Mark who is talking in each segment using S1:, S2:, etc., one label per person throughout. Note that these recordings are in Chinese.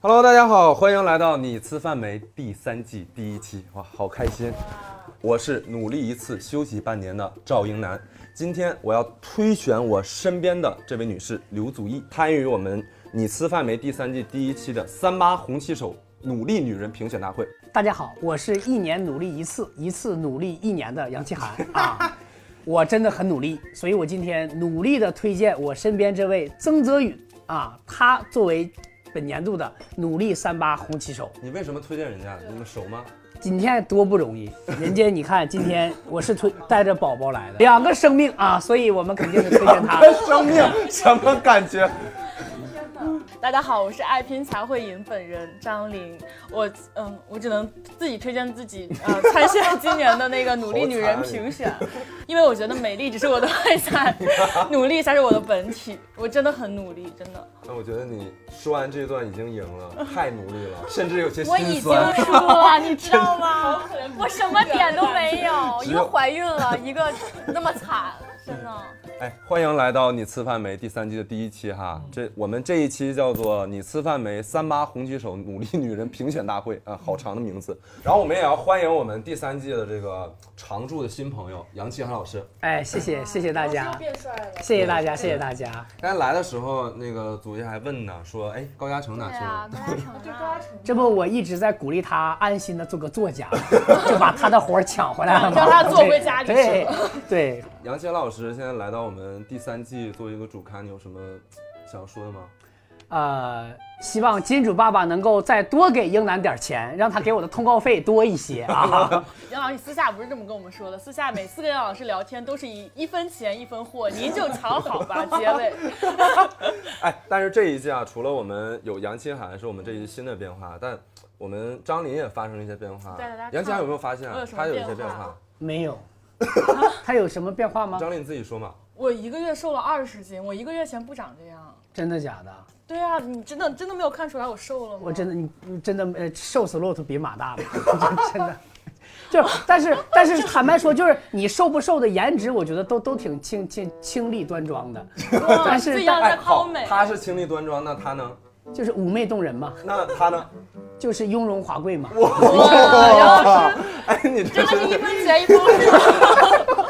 S1: Hello，大家好，欢迎来到《你吃饭没》第三季第一期，哇，好开心！我是努力一次休息半年的赵英男，今天我要推选我身边的这位女士刘祖义，参与我们《你吃饭没》第三季第一期的三八红旗手努力女人评选大会。
S2: 大家好，我是一年努力一次，一次努力一年的杨奇涵 啊，我真的很努力，所以我今天努力的推荐我身边这位曾泽宇啊，他作为本年度的努力三八红旗手，
S1: 你为什么推荐人家？你们熟吗？
S2: 今天多不容易，人家你看今天我是推带着宝宝来的，两个生命啊，所以我们肯定是推荐他。
S1: 生命什么感觉？
S3: 大家好，我是爱拼才会赢本人张琳。我嗯，我只能自己推荐自己，呃，参 选今年的那个努力女人评选，因为我觉得美丽只是我的外在，努力才是我的本体。我真的很努力，真的。
S1: 那我觉得你说完这段已经赢了，太努力 了，甚至有些心
S3: 我
S1: 酸。
S3: 已经输了，你知道吗？我什么点都没有，
S1: 只
S3: 一
S1: 有
S3: 个怀孕了，一个那么惨，真的。
S1: 哎，欢迎来到《你吃饭没》第三季的第一期哈。这我们这一期叫做《你吃饭没》三八红旗手努力女人评选大会啊，好长的名字。然后我们也要欢迎我们第三季的这个常驻的新朋友杨奇涵老师。
S2: 哎，谢谢谢谢大家，
S4: 变帅了。
S2: 谢谢大家，谢谢大家。
S1: 刚才来的时候，那个组织还问呢，说哎高嘉诚哪去了？
S3: 高嘉诚啊，
S2: 这不，我一直在鼓励他安心的做个作家，就把他的活儿抢回来了嘛，
S3: 让他坐回家里去
S2: 对对，
S1: 杨奇涵老师现在来到我们第三季作为一个主咖，你有什么想说的吗？
S2: 呃，希望金主爸爸能够再多给英男点儿钱，让他给我的通告费多一些啊。
S3: 杨老师私下不是这么跟我们说的，私下每次跟杨老师聊天都是以一分钱一分货，您就藏好吧，结 尾。
S1: 哎，但是这一季啊，除了我们有杨奇涵是我们这一季新的变化，但我们张琳也发生了一些变化。
S3: 对大家
S1: 杨奇
S3: 看
S1: 涵有没有发现
S3: 我
S1: 啊
S3: 有？什么
S1: 她有一些变
S3: 变化
S1: 化。
S2: 没有，他有什么变化吗？
S1: 张琳自己说嘛，
S3: 我一个月瘦了二十斤，我一个月前不长这样。
S2: 真的假的？
S3: 对啊，你真的真的没有看出来我瘦了吗？
S2: 我真的，你你真的呃，瘦死骆驼比马大嘛， 真的。就但是但是坦白说，就是你瘦不瘦的颜值，我觉得都都挺清清清丽端庄的，
S3: 哇
S2: 但是
S3: 啊自己要
S1: 哎，
S3: 在
S1: 好
S3: 抠，美。
S1: 她是清丽端庄，那她呢？
S2: 就是妩媚动人嘛，
S1: 那她 呢？
S2: 就是雍容华贵嘛。
S3: 哇，杨老师
S1: 哎，你这
S3: 真的是一分钱一分货，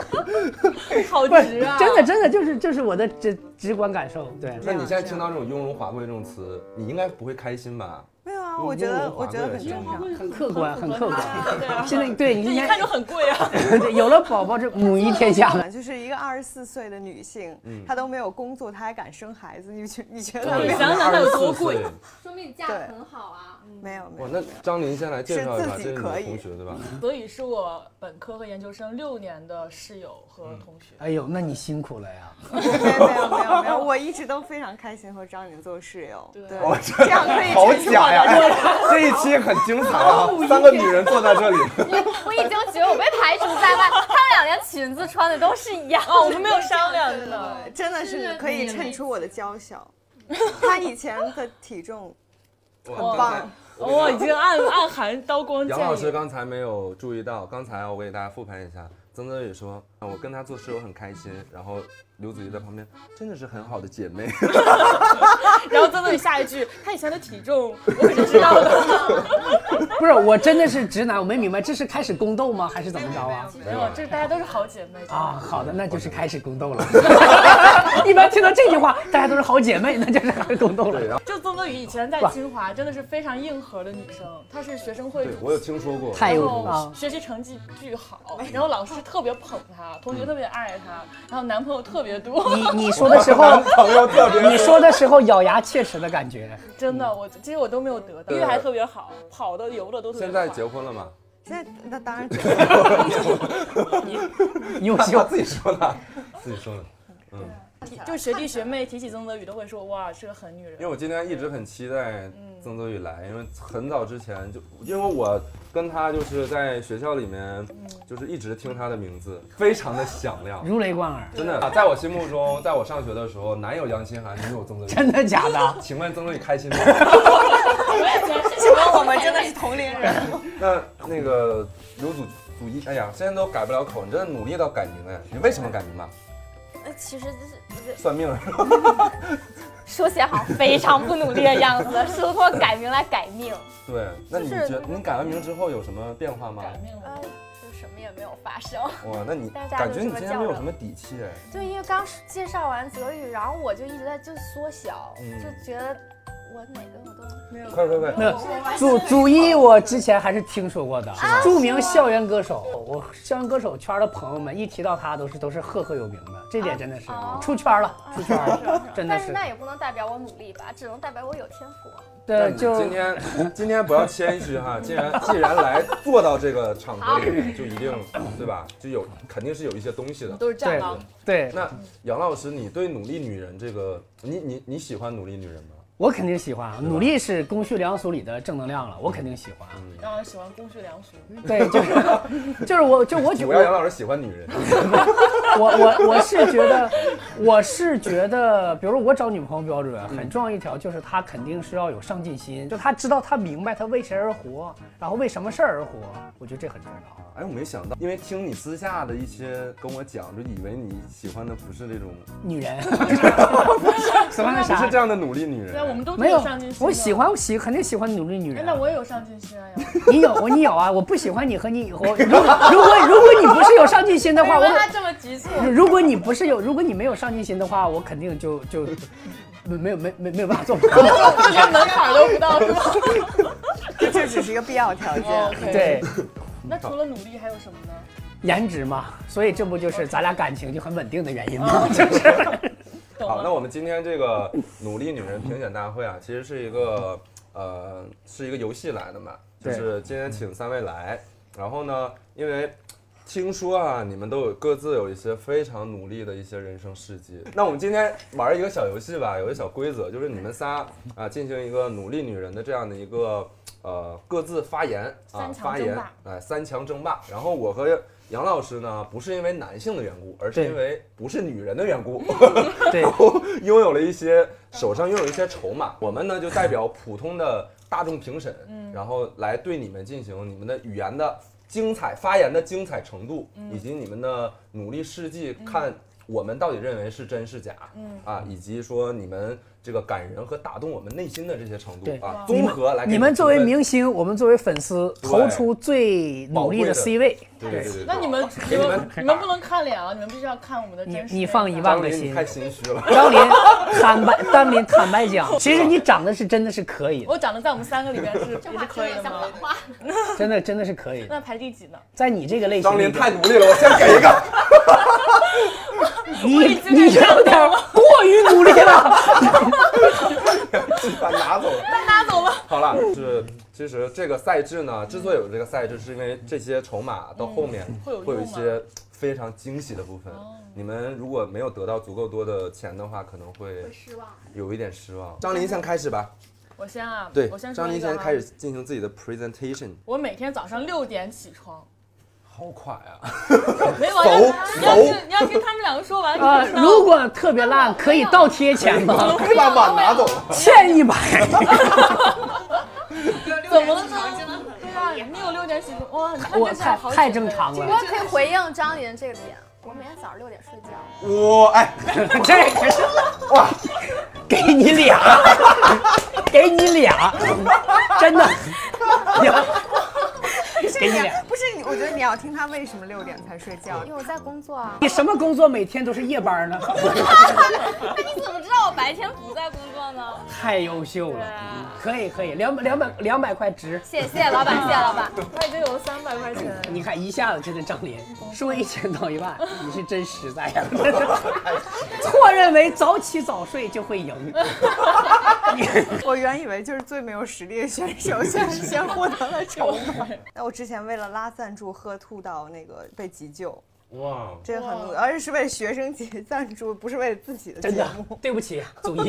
S3: 好值啊！
S2: 真的，真的就是就是我的直直观感受，对。
S1: 那你现在听到这种雍容华贵这种词，你应该不会开心吧？
S4: 没有啊，
S1: 嗯
S4: 我觉
S1: 雍
S4: 得
S1: 容
S4: 我
S1: 华
S4: 觉得
S1: 贵
S4: 很
S1: 是
S4: 正
S1: 吗
S4: 常。
S2: 很客观，很客观。
S3: 对啊，
S2: 现在对你
S3: 这
S2: 现
S3: 一
S2: 在
S3: 看就很贵啊。
S2: 对有了宝宝，这母仪天下了。
S4: 就是一个二十四岁的女性
S1: 嗯，
S4: 她都没有工作，她还敢生孩子，你觉你觉得
S3: 对
S4: 没有
S3: 想想她有多贵
S1: 24岁
S5: 说明你嫁得很好啊。
S4: 没有没
S1: 哇，
S4: 有？
S1: 那张琳先来介绍一下，这
S4: 是自己
S1: 是你
S4: 可
S1: 的
S4: 以
S1: 同学对吧？
S3: 所以是我本科和研究生六年的室友和同学。
S2: 哎呦，那你辛苦了呀！
S4: 没有没有没有没有，我一直都非常开心和张琳做室友，
S3: 对
S4: 对
S3: 哦，
S4: 这样可以
S1: 好
S4: 成就我
S1: 假
S4: 的
S1: 呀！这一期很精彩 啊，三个女人坐在这里。
S5: 我已经觉得我被排除在外，他们两连裙子穿的都是一样。
S3: 哦，我们没有商量
S4: 对对
S3: 的。
S4: 对真的
S5: 是
S4: 是
S5: 的
S4: 可以
S5: 你
S4: 衬出我的娇小。她以前的体重
S1: 哇
S4: 棒
S1: 刚才
S3: 我已经暗暗含刀光剑
S1: 杨老师
S3: 影。
S1: 刚才没有注意到，刚才我给大家复盘一下，曾泽宇说啊我跟他做室友很开心，然后刘子怡在旁边真的是很好的姐妹。
S3: 然后曾泽宇下一句，他以前的体重我可是知 道的。
S2: 不是，我真的是直男，我没明白这是开始宫斗吗，还是怎么着啊？
S3: 没有，这大家都是好姐妹。
S2: 啊，好的，那就是开始宫斗 了。一般听到这句话，大家都是好姐妹，那就是开始宫斗
S1: 对，
S2: 了。
S1: 然后
S3: 就曾泽宇以前在清华真的是非常硬核的女生，她是学生会
S1: 对
S3: 主席。
S1: 我有听说过，哎
S2: 太有
S3: 然后
S2: 啊
S3: 学习成绩巨好，然后老师特别捧她，同学特别爱她，然后男朋友特别
S1: 嗯
S3: 多。
S2: 啊你你说的时候，
S1: 朋友特别
S2: 你说的时候咬牙切齿的感觉。
S3: 真的，我其实我都没有得到，
S1: 对
S3: 音乐还特别好，跑的游的都特别
S1: 现
S3: 快。
S1: 在结婚了 吗？
S4: 现在那当然
S2: 优
S1: 我
S2: 秀，
S1: 自己说的， 自己说的。嗯，
S3: 就是学弟学妹提起曾泽宇都会说哇是个狠女
S1: 因为
S3: 人。
S1: 我今天一直很期待曾泽宇来，因为很早之前就，因为我跟他就是在学校里面，就是一直听他的名字，非常的响亮，
S2: 如雷贯耳，
S1: 真的，啊在我心目中，在我上学的时候，男有杨清涵，女有曾泽宇。
S2: 真的假的？
S1: 请问曾泽宇开心吗？
S4: 请问我们真的是同龄人？
S1: 那那个刘祖祖一，哎呀，现在都改不了口，你真的努力到改名哎，你为什么改名嘛？
S5: 呃其实就是
S1: 算命是吧？
S5: 说起来好像非常不努力的样子，试图改名来改命，
S1: 对，那你
S5: 就是
S1: 觉你改完名之后有什么变化吗？
S3: 改命了。
S5: 呃就什么也没有发生。
S1: 哇，那你
S5: 大家
S1: 感
S5: 就
S1: 觉
S5: 这
S1: 你
S5: 么
S1: 今
S5: 较
S1: 天没有
S5: 量
S1: 什么底气哎。
S5: 对，因为刚介绍完泽宇，然后我就一直在就缩小，
S1: 嗯
S5: 就觉得我哪个我都没有
S1: 快快快
S2: 没有祖祖一，我之前还是听说
S5: 啊
S2: 过的，著名校园歌手。我校园歌手圈的朋友们一提到他，都是都是赫赫有名的，这点真的是
S5: 啊
S2: 出圈了，出圈了，真的
S5: 但是
S2: 是。
S5: 那也不能代表我努力吧，只能代表我有天赋。
S1: 但
S2: 对，
S1: 你
S2: 就
S1: 今天今天不要谦虚哈，既然既然来坐到这个场合里面，就一定对吧？就有肯定是有一些东西的。
S3: 都是战狼，
S2: 对
S1: 那杨老师，你对努力女人这个，你你你喜欢努力女人吗？
S2: 我肯定喜欢，啊，努力是公序良俗里的正能量了，我肯定喜欢。
S1: 嗯
S3: 然后喜欢公序良俗。
S2: 对，就是就是 我就我觉
S1: 主要杨
S2: 得
S1: 老师喜欢女 人，
S2: 我我我是觉得我是觉得，比如说我找女朋友标准很重要一条就是她肯定是要有上进心，就她知道她明白她为谁而活，然后为什么事儿而活，我觉得这很重要。
S1: 哎，我没想到，因为听你私下的一些跟我讲，就以为你喜欢的不是这种，
S2: 女人，喜欢的
S1: 不是
S2: 啥
S1: 这？样的努力女人。
S3: 对啊，我们都
S2: 没
S3: 挺
S2: 有
S3: 上进，心。
S2: 我喜。欢我喜肯定喜欢努力女
S3: 哎，
S2: 人
S3: 那
S2: 啊。
S3: 我也有上进心啊，
S2: 你有我你有啊，我不喜欢你和你我如果如果如果你不是有上进心的话，
S3: 要
S2: 我
S3: 不他这么急促，
S2: 如如果你不是有，如果你没有上进心的话，我肯定就就没没有没没没有办法做朋友。
S3: 就连门槛都不到，对吧？
S4: 这就只是一个必要条件。
S3: OK
S2: 对，
S3: 那除了努力还有什么呢？
S2: 颜值嘛，所以这不就是咱俩感情就很稳定的原因
S1: 啊
S2: 吗？就是
S3: 懂
S1: 好，那
S3: 了。
S1: 我们今天这个努力女人评选大会啊，其实是一个呃是一个游戏来的嘛，就
S2: 对
S1: 是今天请三位来，然后呢，因为听说啊你们都有各自有一些非常努力的一些人生事迹，那我们今天玩一个小游戏吧，有一个小规则，就是你们仨啊进行一个努力女人的这样的一个呃各自发言啊
S3: 三强
S1: 发
S3: 争
S1: 言
S3: 霸，
S1: 哎三强争霸，然后我和。杨老师呢，不是因为男性的缘故，而是
S2: 对
S1: 因为不是女人的缘故，
S3: 嗯
S2: 对
S1: 拥有了一些手上拥有一些筹码，我们呢就代表普通的大众评审，
S3: 嗯
S1: 然后来对你们进行你们的语言的精彩、发言的精彩程度，
S3: 嗯
S1: 以及你们的努力事迹，看我们到底认为是真是假，
S3: 嗯
S1: 啊，以及说你们这个感人和打动我们内心的这些程
S2: 对
S1: 度啊，
S2: 你
S1: 综
S2: 们
S1: 合来给
S2: 你们
S1: 评
S2: 作为
S1: 分，
S2: 明星，我们作为粉丝，投出最努力的 C 位。
S1: 对对对对，
S3: 那你们
S1: 给
S3: 你
S1: 你
S3: 们
S1: 们
S3: 你们不能看脸啊，你们必须要看我们的
S2: 你
S3: 真实。
S2: 你放一
S3: 万。
S2: 万
S1: 张
S2: 个
S1: 琳你
S2: 心，
S1: 太心虚了，
S2: 张琳坦白，张琳坦白 讲，其实你长得是真的是可以的，
S3: 我长得在我们三个里面是
S5: 这
S3: 也
S5: 话听
S3: 是可以
S5: 着
S3: 的
S5: 像
S3: 吗
S5: 老？话。
S2: 真的真的是可以的，
S3: 那排第几呢？
S2: 在你这个类型
S1: 张
S2: 里
S1: 琳
S2: 边，
S1: 太努力了，我先给一个，
S2: 你你有点过于努力 了。
S1: 把拿走了。
S3: 拉走吧。
S1: 好了，是其实这个赛制呢，之所以有这个赛制，是因为这些筹码到后面
S3: 会有
S1: 会有一
S3: 用吗
S1: 些非常惊喜的部分
S3: 哦。
S1: 你们如果没有得到足够多的钱的话，可能会
S5: 失望。
S1: 有一点失望。张琳先开始吧，
S3: 我先啊，
S1: 对
S3: 我，先说
S1: 张琳
S3: 一个
S1: 先
S3: 啊
S1: 开始。进行自己的 presentation。
S3: 我每天早上六点起床，
S1: 好快啊！
S3: 没完。
S1: 走
S3: 你要听你要听他们两个说完，
S2: 啊，
S3: 你就知道
S2: 如果特别烂，可以倒贴钱 吗？
S1: 可以把碗拿走了。
S2: 欠一百。
S3: 怎么了呢？对啊，你有六点起床，哇，你看
S2: 我
S3: 这
S2: 太
S3: 好几
S2: 太
S3: 倍
S2: 正常了
S5: 我可以回应张琳这个点，我每天早上六点睡觉。
S1: 我哎，
S2: 这个是哇，给你俩， 给你俩，真的， 给你俩。。
S4: 不是你，我觉得你要听他为什么六点才睡觉
S5: 因。为我在工作啊
S2: 你什么工作每天都是夜班呢？
S5: 那你怎么知道我白天不在工作呢？
S2: 太优秀
S5: 对
S2: 了，
S5: 啊，
S2: 可以可以，两百两百两百块值。
S5: 谢谢老板，谢谢老 板。
S3: 他已经有了三百块钱。
S2: 你看一下子真的张琳，说一千道 一万，你是真实在呀、 错认为早起早睡就会赢，
S4: 我原以为就是最没有实力的选手，先先获得了筹码。那 我之前为了拉赞助喝吐到那个被急救，
S1: 哇，
S2: 哦
S4: 这个很努力，而且是为学生节赞助，不是为了自己的
S2: 真
S4: 节
S2: 的
S4: 目。，
S2: 对不起，祖一。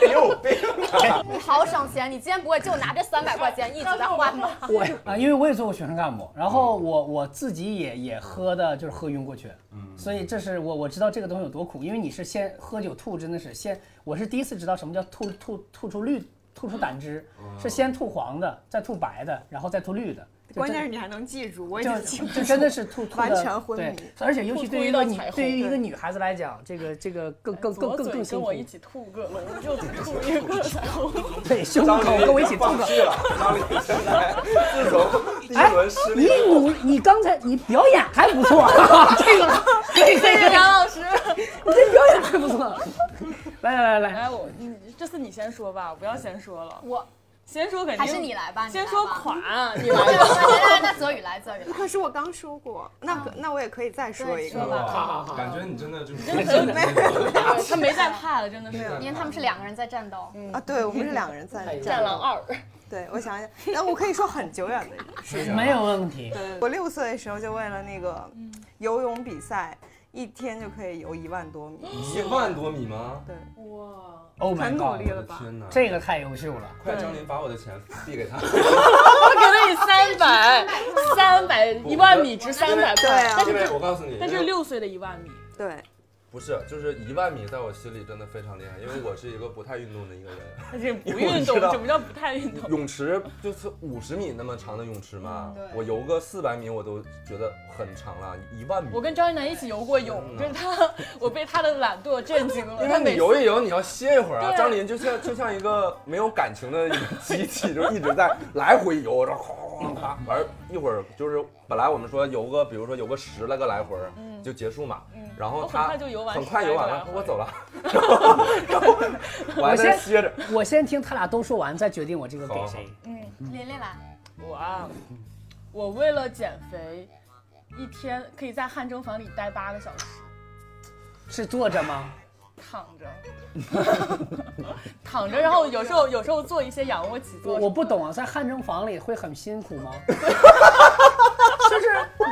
S1: 你有病啊！
S5: 你好省钱，你今天不会就拿这三百块钱一直在花吗？
S2: 我啊，因为我也做过学生干部，然后我我自己也也喝的就是喝晕过去，所以这是我我知道这个东西有多苦，因为你是先喝酒吐，真的是先，我是第一次知道什么叫吐嗯吐吐出绿，吐出胆汁，是先吐黄的，再吐白的，然后再吐绿的，
S4: 关键是你还能记住，我已经记
S2: 就
S4: 不
S2: 就
S4: 住。
S2: 真的是吐吐
S4: 完
S2: 得
S4: 全昏迷
S2: 对而且尤其
S3: 吐
S2: 对于
S3: 一
S2: 一个
S3: 道
S2: 女
S3: 彩虹
S2: 对于一个
S3: 对哎
S2: 女孩子来讲，这个这个更更更
S3: 左
S2: 更
S3: 嘴
S2: 更辛
S3: 跟
S2: 苦
S3: 我。一起吐个龙，右嘴吐一个彩虹。
S2: 对，胸
S1: 张
S2: 口
S1: 琳
S2: 跟我一起吐
S1: 放
S2: 个。
S1: 弃了，张琳现在自从第一轮失
S2: 你
S1: 利后，
S2: 努你刚才你表演还不错， 这个可以可以
S3: 谢
S2: 可
S3: 谢
S2: 以，
S3: 杨老 师。
S2: 你这表演还不错。来来来来，
S3: 来，哎我你这次你先说吧，我不要先说了，
S5: 我
S3: 先说肯定
S5: 还是你来吧，你
S3: 先
S5: 来
S3: 说
S5: 吧。
S3: 款，啊 你
S5: 来
S3: 来吧。
S5: 来来，那泽宇来，泽宇来。
S4: 可是我刚说过，那可那我也可以再嗯说一
S5: 对
S4: 个
S5: 说。吧
S2: 好
S3: 哎
S2: 好
S6: 感觉你真的就是
S3: 他没在怕了，真的是
S1: 啊
S5: 因为他们是两个人在战斗，
S4: 啊，对，我们是两个人在
S2: 哎
S3: 战狼二，
S4: 对，我想想，那我可以说很久远的一个
S1: 啊
S2: 没有问题。
S4: 我六岁的时候就为了那个游泳比赛，一天就可以游一万多米。
S1: 一万多米吗？
S4: 对，
S3: 哇，
S2: Oh
S4: 很
S2: my
S4: 努力
S2: god，
S1: 我的
S4: 了吧？
S1: 天哪！
S2: 这个太优秀了。
S1: 快，张琳把我的钱递给他，
S3: 我给了你三百，三百一万米值三百
S4: 对
S3: 块，
S4: 啊
S3: 但是
S1: 因为
S3: 这
S1: 我告诉你，
S3: 但是
S1: 因为
S3: 六岁的一万米，
S4: 对，
S1: 不是，就是一万米，在我心里真的非常厉害，因为我是一个不太运动的一个人。
S3: 但是不运动，什么叫不太运动？
S1: 泳池就是五十米那么长的泳池嘛，我游个四百米我都觉得很长了，一万米。
S3: 我跟张一楠一起游过泳，就是他，我被他的懒惰震惊了。
S1: 嗯因
S3: 他
S1: 为
S3: 每
S1: 你
S3: 次
S1: 游一游，你要歇一会儿啊。
S3: 对
S1: 张琳就像 就像一个没有感情的一个机器， 就一直在来回游，然后哗哗哗哗，完一会儿就是本来我们说游个，比如说游个十来个来回儿就结束嘛，然后
S3: 嗯我
S1: 他
S3: 很快就游完
S1: 很快游完了
S3: 10来个来，回
S1: 我走 了，然后然后 我还在那
S2: 我先
S1: 歇着。
S2: 我先听他俩都说完，再决定我这个给谁。
S5: 琳琳来，
S3: 我啊，我为了减肥，一天可以在汗蒸房里待八个小时，
S2: 是坐着吗？
S3: 躺着， 躺着，然后有时候有时候做一些仰卧起坐什么
S2: 我
S3: 的。
S2: 我不懂啊，在汗蒸房里会很辛苦吗？就是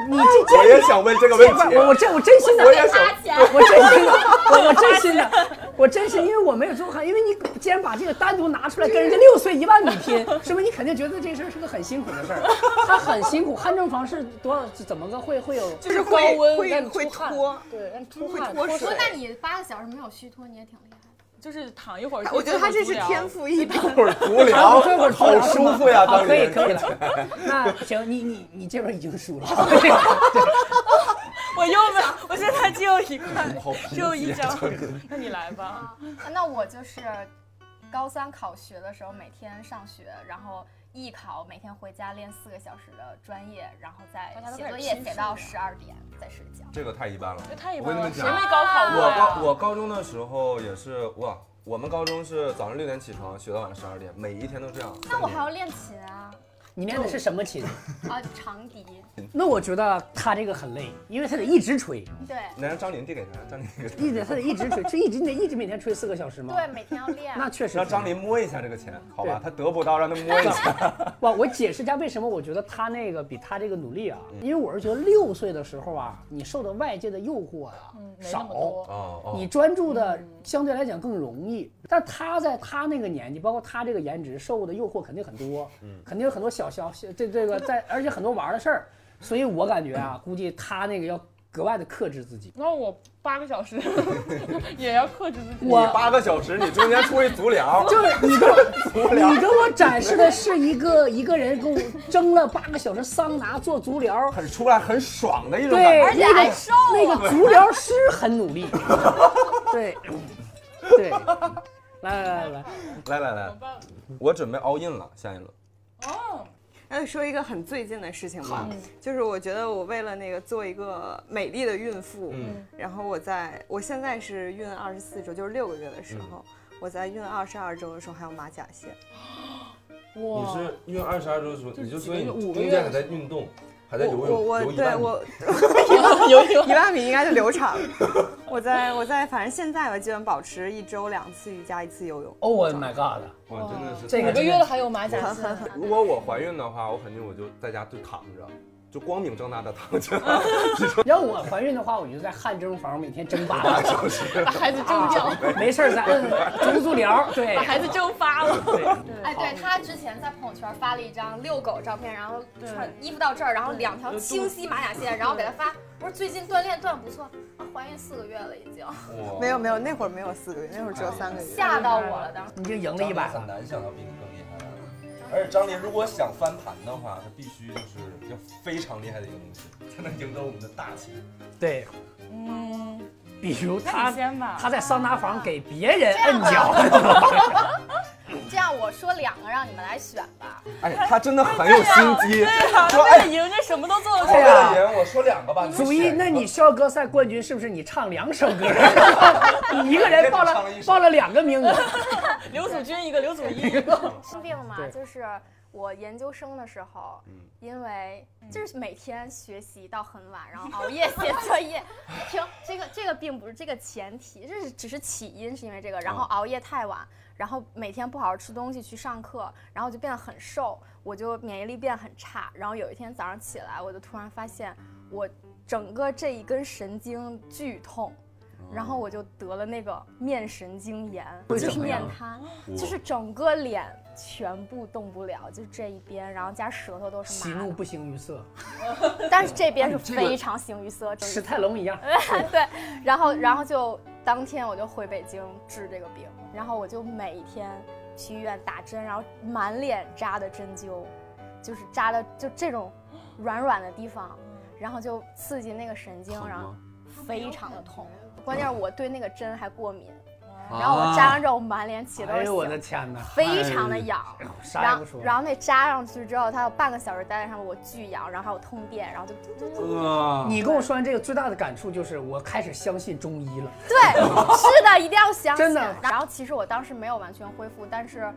S2: 你这
S1: 哎我也想问这个问
S2: 这
S1: 题，
S2: 块，我我真我真心的，
S1: 我也想
S5: 花钱，
S2: 我真心的，我我真心的，我真心，因为我没有做汗，因为你既然把这个单独拿出来跟人家六岁一万米拼，是不是你肯定觉得这事儿是个很辛苦的事儿？他很辛苦，汗蒸房是多少？怎么个会会有？
S3: 就是高
S4: 会
S3: 温
S4: 会
S3: 让你
S4: 会
S3: 出汗
S4: 脱
S3: 对，让你出
S4: 会
S3: 汗
S4: 脱
S5: 不过
S4: 水
S5: 那你八个小时没有虚脱，你也挺厉害的。
S3: 就是躺一会儿。
S4: 我觉得他这是天赋异 禀。
S1: 会儿足疗，
S2: 这会儿
S1: 好舒服呀，
S2: 好，啊
S1: 张
S2: 可以
S1: 琳。
S2: 可以了。 那行，你你你这边已经输了。 对
S3: 我又没， 我现在只有一块，
S1: 好贫瘠啊
S3: 只 有一张
S1: 张琳，
S3: 那你来吧。
S5: 那我就是高三考学的时候，每天上学，然后艺考每天回家练四个小时的专业，然后再
S3: 大家都
S5: 写
S3: 开始
S5: 作业
S3: 拼
S5: 写
S3: 数
S5: 到
S3: 了
S5: 十二点再睡觉。
S1: 这个太一般了
S3: 这。太一
S1: 我
S3: 般
S1: 跟你们
S3: 了，谁
S1: 讲，
S3: 没高考过
S1: 我
S3: 呀
S1: 高？我高中的时候也是哇，我们高中是早上六点起床，学到晚上十二点，每一天都这样。
S5: 那我
S1: 三
S5: 还
S1: 年
S5: 要练琴啊，
S2: 你练的是什么琴？
S5: 啊，长笛，
S2: 那我觉得他这个很累，因为他得一直吹，
S5: 对
S1: 来让张琳递给他，张琳递给他，
S2: 一直他得一直吹，这一直你得一直每天吹四个小时吗？
S5: 对，，每天要练。
S2: 嗯
S5: 啊
S2: 那确实。
S1: 让张琳摸一下这个钱，好吧
S2: 对？
S1: 他得不到，让他摸一下。
S2: 哇，我解释一下为什么我觉得他那个比他这个努力啊，
S1: 嗯
S2: 因为我是觉得六岁的时候啊，你受的外界的诱惑啊
S3: 嗯没那么
S2: 少，
S3: 多
S1: 哦哦，
S2: 你专注的相对来讲更容易。但他在他那个年纪，包括他这个颜值，受的诱惑肯定很多，肯定有很多小小小这这个在，而且很多玩的事儿。所以我感觉啊，估计他那个要格外的克制自己。
S3: 那我八个小时 也要克制自己。
S1: 你八个小时，你中间出去足疗，
S2: 就是你跟我，你跟我展示的是一个一个人跟我蒸了八个小时桑拿做足疗，
S1: 很出来很爽的一种
S2: 对，
S1: 感
S2: 而
S1: 觉。
S2: 且还瘦、啊那个足疗师很努力， 对，对，来来来来，
S1: 来来来，我准备 all in 了，下一轮。
S3: 哦，
S4: 那说一个很最近的事情吧，
S1: 嗯
S4: 就是我觉得我为了那个做一个美丽的孕妇，
S1: 嗯
S4: 然后我在我现在是孕二十四周，就是六个月的
S3: 嗯
S4: 时候，我在孕二十二周的时候还有马甲线，
S1: 你
S3: 哇，
S1: 是孕二十二周的时候，
S3: 就
S1: 你就
S3: 几
S1: 说
S3: 个
S1: 你
S3: 月五
S1: 中
S3: 个月
S1: 间还在运动，还在游
S4: 我
S1: 泳，
S4: 我
S1: 游一
S4: 对
S1: 万米。
S4: 我
S3: 有有
S4: 一万米应该就流产了。 我在我在反正现在吧，基本保持一周两次瑜伽，一次游泳。
S2: Oh my god！
S1: 哇，真的是
S2: 这
S1: 太
S2: 个
S3: 五个
S2: 真
S3: 月
S2: 的
S3: 了还有马甲
S4: 很
S3: 线
S4: 很，很
S1: 如果我怀孕的话，我肯定我就在家就躺着，就光明正大的躺 着，
S2: 要我怀孕的话，我就在汗蒸房每天蒸八
S1: 八
S2: 个
S1: 个
S2: 小时，
S1: 小时。
S3: 把孩子 蒸掉，
S2: 没事 儿再摁足足疗，对
S3: 把。孩子蒸发了。
S5: 哎，对他之前在朋友圈发了一张遛狗照片，然后穿衣服到这儿，然后两条清晰马甲线，然后给他发，我说最近锻炼锻得不错，啊怀孕四个月了已经，
S1: 哇
S4: 没有没有，那会
S3: 哎
S4: 儿没有四个月，那会儿只有三个月。
S5: 吓到我了当时。
S2: 你就赢了一百了，
S1: 难想到比你更厉害。而且张琳如果想翻盘的话，她必须就是要非常厉害的一个东西，才能赢得我们的大钱。
S2: 对，
S3: 嗯，
S2: 比如
S3: 那
S2: 他
S3: 你先吧。
S2: 他在桑拿房给别人摁脚，怎么办
S5: 这样我说两个让你们来选吧。
S1: 哎，她真的很有心机，
S3: 对呀，他
S1: 说
S3: 为了
S1: 哎，
S3: 赢，这什么都做得出
S1: 我为
S2: 对
S3: 来。
S2: 呀
S1: 了赢，我说两个吧。选
S2: 祖一，
S1: 一个
S2: 那你校歌赛冠军是不是你唱两首歌？ 你一个人报
S1: 唱
S2: 了
S1: 了一首
S2: 报了两个名额，
S3: 刘祖军一个，刘祖一一个。
S5: 生病嘛，
S2: 对
S5: 就是我研究生的时候，
S1: 嗯
S5: 因为就是每天学习到很晚，然后熬夜写 作业。听这个这个并不是这个前提，这是只是起因是因为这个，然后
S1: 啊
S5: 熬夜太晚，然后每天不好好吃东西去上课，然后就变得很瘦，我就免疫力变很差。然后有一天早上起来，我就突然发现
S1: 嗯
S5: 我整个这一根神经剧痛。然后我就得了那个面神经炎，
S1: 哦会
S5: 就是
S1: 怎么
S5: 面
S1: 样
S5: 瘫，
S1: 我
S5: 就是整个脸全部动不了，就这一边，然后加舌头都是
S2: 喜
S5: 麻
S2: 怒
S5: 的，
S2: 不形于色，
S5: 但是这边是
S1: 这个
S5: 非常形于色，整
S2: 史泰龙一
S3: 哎
S2: 样。
S5: 对，然后然后就当天我就回北京治这个病，然后我就每天去医院打针，然后满脸扎的针灸，就是扎的就这种软软的地方，
S2: 嗯
S5: 然后就刺激那个神经，
S1: 疼
S5: 然后
S1: 吗
S5: 非常的痛，关键是我对那个针还过敏，
S1: 啊
S5: 然后我扎完之后满脸起都
S2: 哎
S5: 是
S2: 呦我
S5: 血
S2: 的天哪！
S5: 非常的痒，
S2: 啥也
S5: 然
S2: 不
S5: 后
S2: 说。
S5: 然后那扎上去之后，它有半个小时待在上面，我巨痒，然后还有通电， 然后就嘟嘟嘟。
S1: 啊，
S2: 你跟我说完这个，最大的感触就是我开始相信中医了。
S5: 对，是的，一定要相信。
S2: 真的
S5: 然后其实我当时没有完全恢复，但是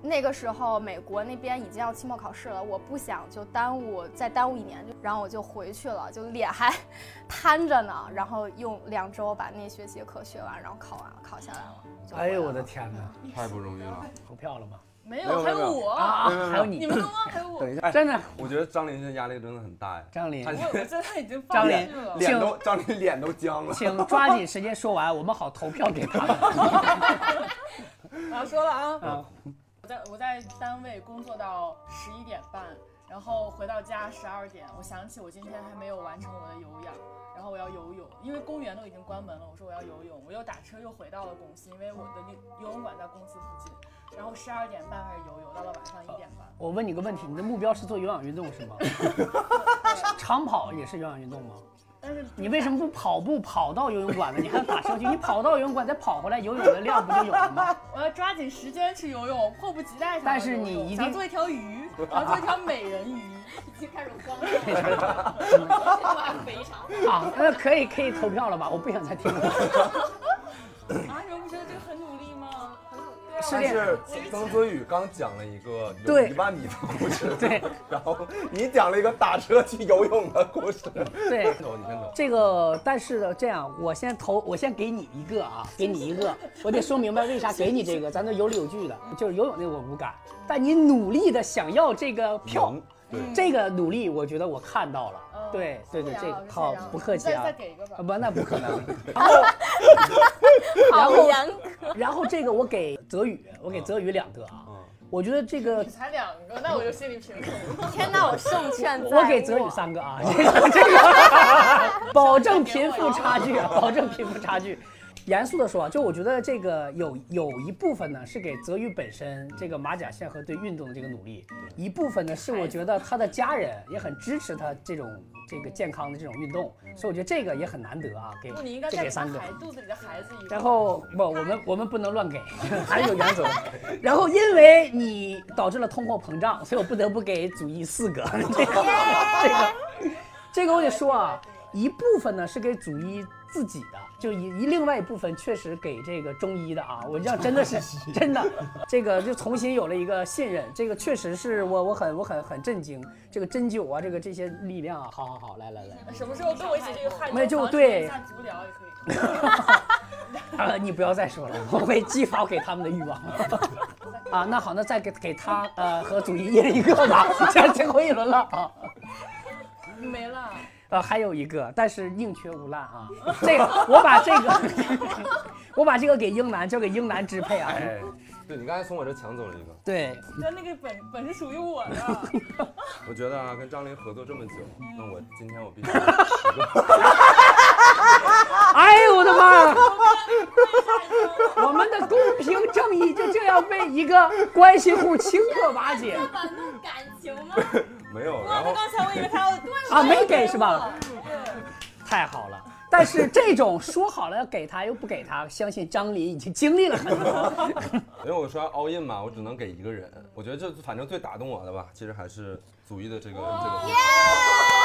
S5: 那个时候美国那边已经要期末考试了，我不想就耽误再耽误一年，就然后我就回去了，就脸还 瘫着呢，然后用两周把那学期的课学完，然后考完了，考下来了。就回
S2: 哎呦
S5: 来
S2: 我的
S5: 了！
S2: 天哪！
S1: 太不容易了。
S2: 投票了吗？
S3: 没
S1: 没
S3: 有，
S1: 有
S3: 还
S1: 没有
S3: 有我，
S2: 啊
S1: 没有没有
S2: 还有
S3: 你
S2: 你，
S3: 们刚刚还有我。
S1: 等一下，哎
S2: 真的，
S1: 我觉得张琳这压力真的很大呀，
S2: 张琳
S1: 她，
S3: 我我真的已经
S2: 张
S3: 放
S2: 琳
S3: 弃了。
S1: 脸都张琳脸都僵了。
S2: 请抓紧时间说完，我们好投票给他们。
S3: 啊，说了啊，
S2: 啊
S3: 我在我在单位工作到十一点半，然后回到家十二点，我想起我今天还没有完成我的有氧，然后我要游泳，因为公园都已经关门了，我说我要游泳，我又打车又回到了公司，因为我的那游泳馆在公司附近，然后十二点半开始游泳，到了晚上一点半，
S2: 我问你个问题，你的目标是做有氧运动是吗？长跑也是有氧运动吗？
S3: 但是
S2: 你为什么不跑步跑到游泳馆呢？你还打车去？你跑到游泳馆再跑回来，游泳的量不就有了吗？
S3: 我要抓紧时间去游泳，迫不及待想要
S2: 但是
S3: 游泳
S2: 你一定
S3: 想做一条鱼，想做一条美人鱼，
S5: 已经开始慌了，我非常。
S2: 啊，那可以可以投票了吧？我不想再听了。
S3: 啊，你们不觉得这个很努力吗？
S2: 是
S1: 但
S2: 这样。
S1: 是曾泽宇刚讲了一个有
S2: 对
S1: 一万米的故事，
S2: 对，
S1: 然后你讲了一个打车去游泳的故事。
S2: 对
S1: 走，你先走。
S2: 这个，但是呢，这样，我先投，我先给你一个啊，给你一个，我得说明白为啥给你这个，咱都有理有据的。就是游泳那我无感，但你努力的想要这个票，
S1: 赢，对，
S2: 这个努力，我觉得我看到了。
S3: 嗯
S2: 对对对，
S3: 是
S2: 这
S3: 这样
S2: 个好
S3: 是这，样
S2: 不客气啊
S3: 再再。给一个吧
S2: 啊。不，那不可能。
S5: 好
S2: 啊
S5: 严格。
S2: 然后这个我给泽宇，我给泽宇两个啊。我觉得这个
S3: 你才两个，那我就心里平衡了。
S5: 天哪，我胜券在握。
S2: 我给泽宇三个 啊， 这个这个，保证贫富差距啊，保证贫富差距。严肃的说啊，就我觉得这个有有一部分呢是给泽宇本身这个马甲线和对运动的这个努力，一部分呢是我觉得他的家人也很支持他这种这个健康的这种运动，所以我觉得这个也很难得啊，给
S3: 嗯不，你应该
S2: 这
S3: 再
S2: 给
S3: 给他
S2: 三个。
S3: 孩肚子里的孩子一个。
S2: 然后不，我们我们不能 乱给，还是有 原则的。然后因为你导致了通货膨胀，所以我不得不给祖义四个。 这个这个这个我得说啊，一部分呢是给祖医自己的，就一一另外一部分确实给这个中医的啊，我这样真的 是真的，这个就重新有了一个信任，这个确实是我我很我很很震惊，这个针灸啊，这个这些力量啊，好好好，来来来。
S3: 什么时候跟我一起这个汗
S2: 没有就
S3: 房
S2: 对
S3: 一下足疗也可以。
S2: 啊，你不要再说了，我会激发我给他们的欲望。 啊，那好，那再给给他呃和祖一一人一个吧，这样最后一轮了啊。
S3: 没了，
S2: 呃，还有一个，但是宁缺毋滥啊。这个 我把这个，我把这个给英男，交给英男支配啊。
S1: 哎，对你刚才从我这抢走了一个。
S2: 对，
S3: 但那个本本是属于我 的。
S1: 我觉得啊，跟张琳合作这么久，那我今天我必须十个。
S2: 哎呦我的妈呀！我们的公平正你就这样被一个关系户顷刻瓦解
S6: 玩弄感情吗？
S1: 没有，然
S3: 哇，
S1: 后
S3: 那刚才我以为他要
S2: 啊？没 给是吧？太好了。但是这种说好了要给他又不给他，相信张琳已经经历了很多。
S1: 因为我说要 all in 嘛，我只能给一个人。我觉得这反正最打动我的吧，其实还是祖义的这个这个故事，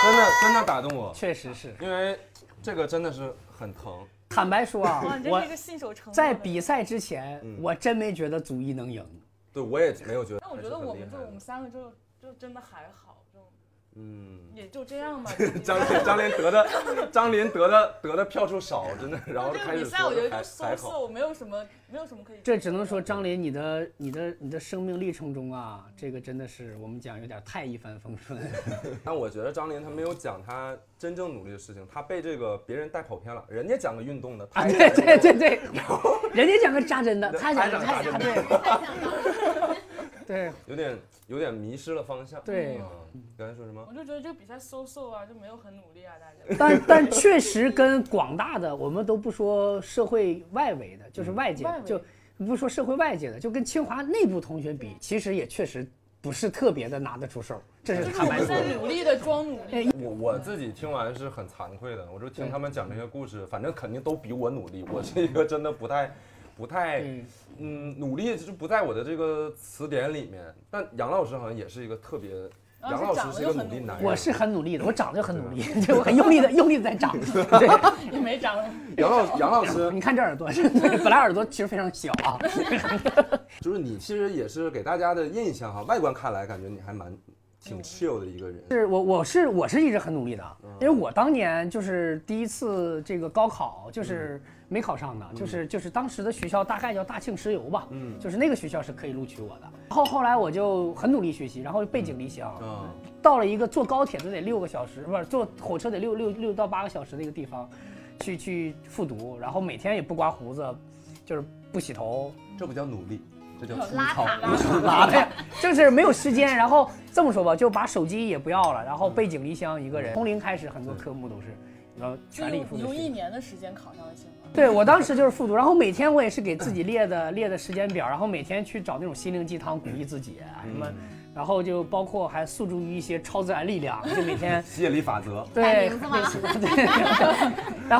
S1: 真的真的打动我，
S2: 确实是，
S1: 因为这个真的是很疼。
S2: 坦白说
S3: 哇，
S2: 啊
S3: 你，
S2: 我
S3: 真是一个信守承诺。
S2: 在，比赛之前
S1: 嗯，
S2: 我真没觉得祖一能赢。
S1: 对我也没有觉得，
S3: 但我觉得我们就
S1: 还是很
S3: 我们
S1: 厉害的
S3: 三个就就真的还好，就
S1: 嗯，。
S3: 也就这样吧
S1: 张琳张琳得的张琳得的得的票数少，真的，然后
S3: 这个
S1: 开
S3: 比
S1: 始
S3: 赛我觉
S1: 说
S3: 得
S1: 还
S3: 就
S1: 还
S3: 收
S1: 好，
S3: 我没有什么没有什么可以。
S2: 这只能说张琳，你的、你的、你的生命历程中啊，这个真的是我们讲有点太一帆风顺。
S1: 但我觉得张琳她没有讲她真正努力的事情，她被这个别人带跑偏了。人家讲个运动的，
S2: 啊，
S1: 她也
S2: 对 对
S1: 讲
S2: 对对，人家讲个扎针的，他讲个
S1: 他
S2: 他
S1: 讲
S2: 讲
S1: 个
S2: 对
S6: 太想当了
S2: 对
S1: 有点有点迷失了方向。
S2: 对
S1: 嗯，刚才说什么？
S3: 我就觉得这个比赛 so so 啊，就没有很努力啊，大家。
S2: 但但确实跟广大的，我们都不说社会外围的，就是外界，
S3: 嗯外围
S2: 就不说社会外界的，就跟清华内部同学比，其实也确实不是特别的拿得出手，这是
S3: 就是
S2: 坦
S3: 我
S2: 白
S3: 们
S2: 说
S3: 在
S2: 的。
S3: 努力的装努力。
S1: 我我自己听完是很惭愧的，我就听他们讲这些故事，反正肯定都比我努力。我是一个真的不太，不太，
S2: 嗯，
S1: 嗯，努力就是不在我的这个词典里面。但杨老师好像也是一个特别，
S3: 然
S1: 杨
S3: 后
S1: 老
S3: 就长
S1: 师
S3: 得
S1: 是一
S3: 就
S1: 个
S3: 很
S1: 努力男人。
S2: 我是很努力的，我长得就很努力，
S3: 啊
S2: 对我很用力的用力的 在长。对，
S3: 也没长得。
S1: 杨老杨老师，
S2: 你看这耳朵，本来耳朵其实非常小 啊。
S1: 就是你其实也是给大家的印象哈，外观看来感觉你还蛮挺 chill 的一个人。
S2: 嗯是我我是我是一直很努力的，
S3: 嗯
S2: 因为我当年就是第一次这个高考
S3: 嗯
S2: 就是没考上的，就是就是当时的学校大概叫大庆石油吧，
S1: 嗯
S2: 就是那个学校是可以录取我的。然后后来我就很努力学习，然后背井离乡，
S1: 嗯
S2: 到了一个坐高铁都得六个小时，不是坐火车得六六六到八个小时的一个地方，去去复读，然后每天也不刮胡子，就是不洗头，
S1: 这不叫努力，这叫粗
S6: 邋
S1: 糙。
S6: 遢
S2: 嘛的呀？ 就是没有时间，然后这么说吧，就把手机也不要了，然后背井离乡一个人，从零开始，很多科目都是，然后
S3: 就
S2: 全力以
S3: 用
S2: 赴地
S3: 用
S2: 学
S3: 一
S2: 习。
S3: 年的时间考上了清华。
S2: 对我当时就是复读，然后每天我也是给自己列的列的时间表，然后每天去找那种心灵鸡汤鼓励自己什么，
S1: 嗯
S2: 然后就包括还诉诸于一些超自然力量，就每 天，
S1: 吸引力法则
S6: 改
S2: 对
S6: 名字 吗？
S2: 然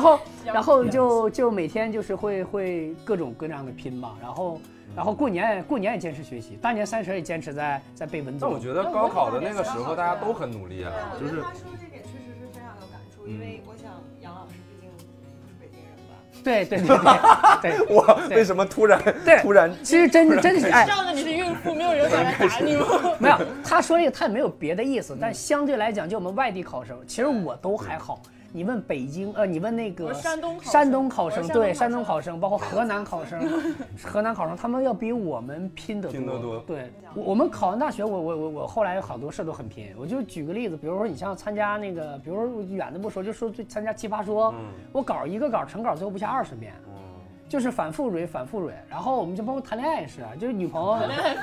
S2: 后，然后就就每天就是会会各种各样的拼嘛，然后，
S1: 嗯
S2: 然后过年也过年也坚持学习，大年三十也坚持在在背文
S1: 但我
S2: 综。
S1: 觉得高考的那个时候大家都很努力
S4: 对
S1: 啊，
S4: 我
S1: 就
S4: 觉得
S1: 是
S4: 他说这点确实是非常有感触，因为我想杨老师毕竟不是北京人吧。
S2: 对 对对对对
S1: 我
S2: 对
S1: 为什么突然
S2: 对
S1: 突然
S2: 其实真真是哎，
S3: 仗着你是孕妇，没有人敢来打你吗？
S2: 没有他说这个他也没有别的意思，
S3: 嗯
S2: 但相对来讲，就我们外地考生，其实我都还好。你问北京，呃，你问那
S3: 我
S2: 个
S3: 是山东考生
S2: 山东考
S3: 我
S2: 生，
S3: 是
S2: 对，山
S3: 山
S2: 东
S3: 东
S2: 考
S3: 考
S2: 生，包括河南考生， 河南考生，他们要比我们拼得多。
S1: 拼得多
S2: 对，我我们考完大学，我我我我后来有好多事儿都很拼。我就举个例子，比如说你像参加那个，比如说远的不说，就说最参加奇葩说，
S3: 嗯
S2: 我稿一个稿成稿最后不下二十遍，就是反复蕊，反复蕊。然后我们就包括谈恋爱也是啊，就是女朋友。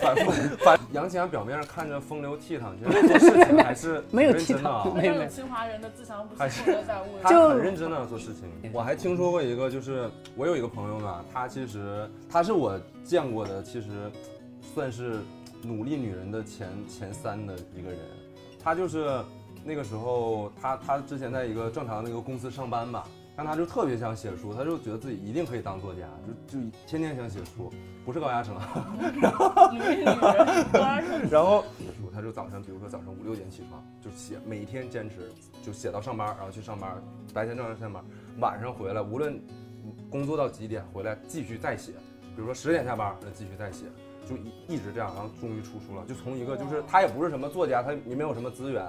S1: 反复反。杨奇阳表面上看着风流倜傥，其实做事情还是
S2: 没有
S1: 很认真的啊
S2: 倜傥没
S3: 这种清华人的自强不息存留在物
S1: 他
S3: 里。
S1: 很认真的做事情。我还听说过一个，就是我有一个朋友嘛，她其实她是我见过的，其实算是努力女人的前前三的一个人。她就是那个时候，她她之前在一个正常的那个公司上班吧，但她就特别想写书，她就觉得自己一定可以当作家，就就天天想写书，不是高压成啊。
S3: 努力女人，果然是
S1: 然后他就早晨，比如说早晨五六点起床，就写，每天坚持，就写到上班，然后去上班，白天正常上班，晚上回来，无论工作到几点，回来继续再写，比如说十点下班，那继续再写，就一一直这样，然后终于出书了，就从一个就是他也不是什么作家，他也没有什么资源。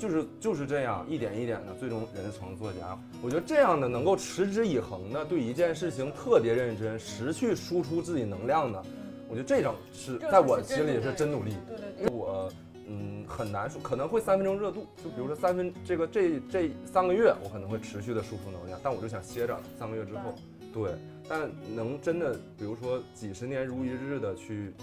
S1: 就是就是这样一点一点的，最终人成作家。我觉得这样的能够持之以恒的对一件事情特别认真，持续输出自己能量的，我觉得这种是
S3: 这种
S1: 在我
S3: 是真
S1: 心里
S3: 努
S1: 是
S3: 力
S1: 真努力。
S3: 对对对
S1: 因为我嗯很难说，可能会三分钟热度，就比如说三分这个这这三个月，我可能会持续的输出能量，但我就想歇着三个月之后，对，但能真的比如说几十年如一日的去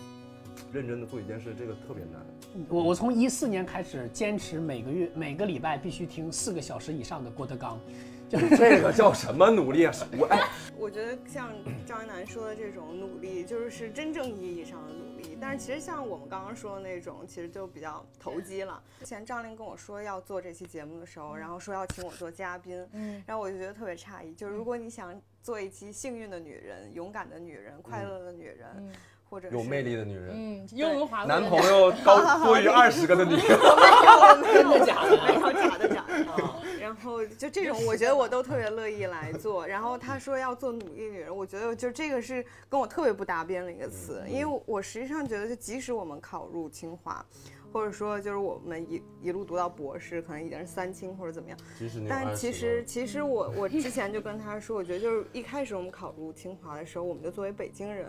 S1: 认真的做一件事，这个特别难。
S2: 我我从一四年开始坚持每个月每个礼拜必须听四个小时以上的郭德纲，
S1: 这个叫什么努力啊？我哎，
S4: 我觉得像张一楠说的这种努力，就是是真正意义上的努力。但是其实像我们刚刚说的那种，其实就比较投机了。之前张琳跟我说要做这期节目的时候，然后说要请我做嘉宾，
S3: 嗯，
S4: 然后我就觉得特别诧异。就是如果你想做一期幸运的女人、勇敢的女人、快乐的女人
S3: 嗯，
S4: 或者
S1: 有
S4: 是
S1: 魅力的女人，
S3: 嗯，雍容华贵的
S1: 男朋友高多于二十个的女人，
S4: 哦真的 假的？没有假的假的。哦然后就这种，我觉得我都特别乐意来做。然后他说要做努力女人，我觉得就这个是跟我特别不搭边的一个词，因为我实际上觉得，就即使我们考入清华。或者说，就是我们一一路读到博士，可能已经是三清或者怎么样。
S1: 其实你有
S4: 但
S1: 20
S4: 其
S1: 个
S4: 实，其实我我之前就跟他说，我觉得就是一开始我们考入清华的时候，我们就作为北京人，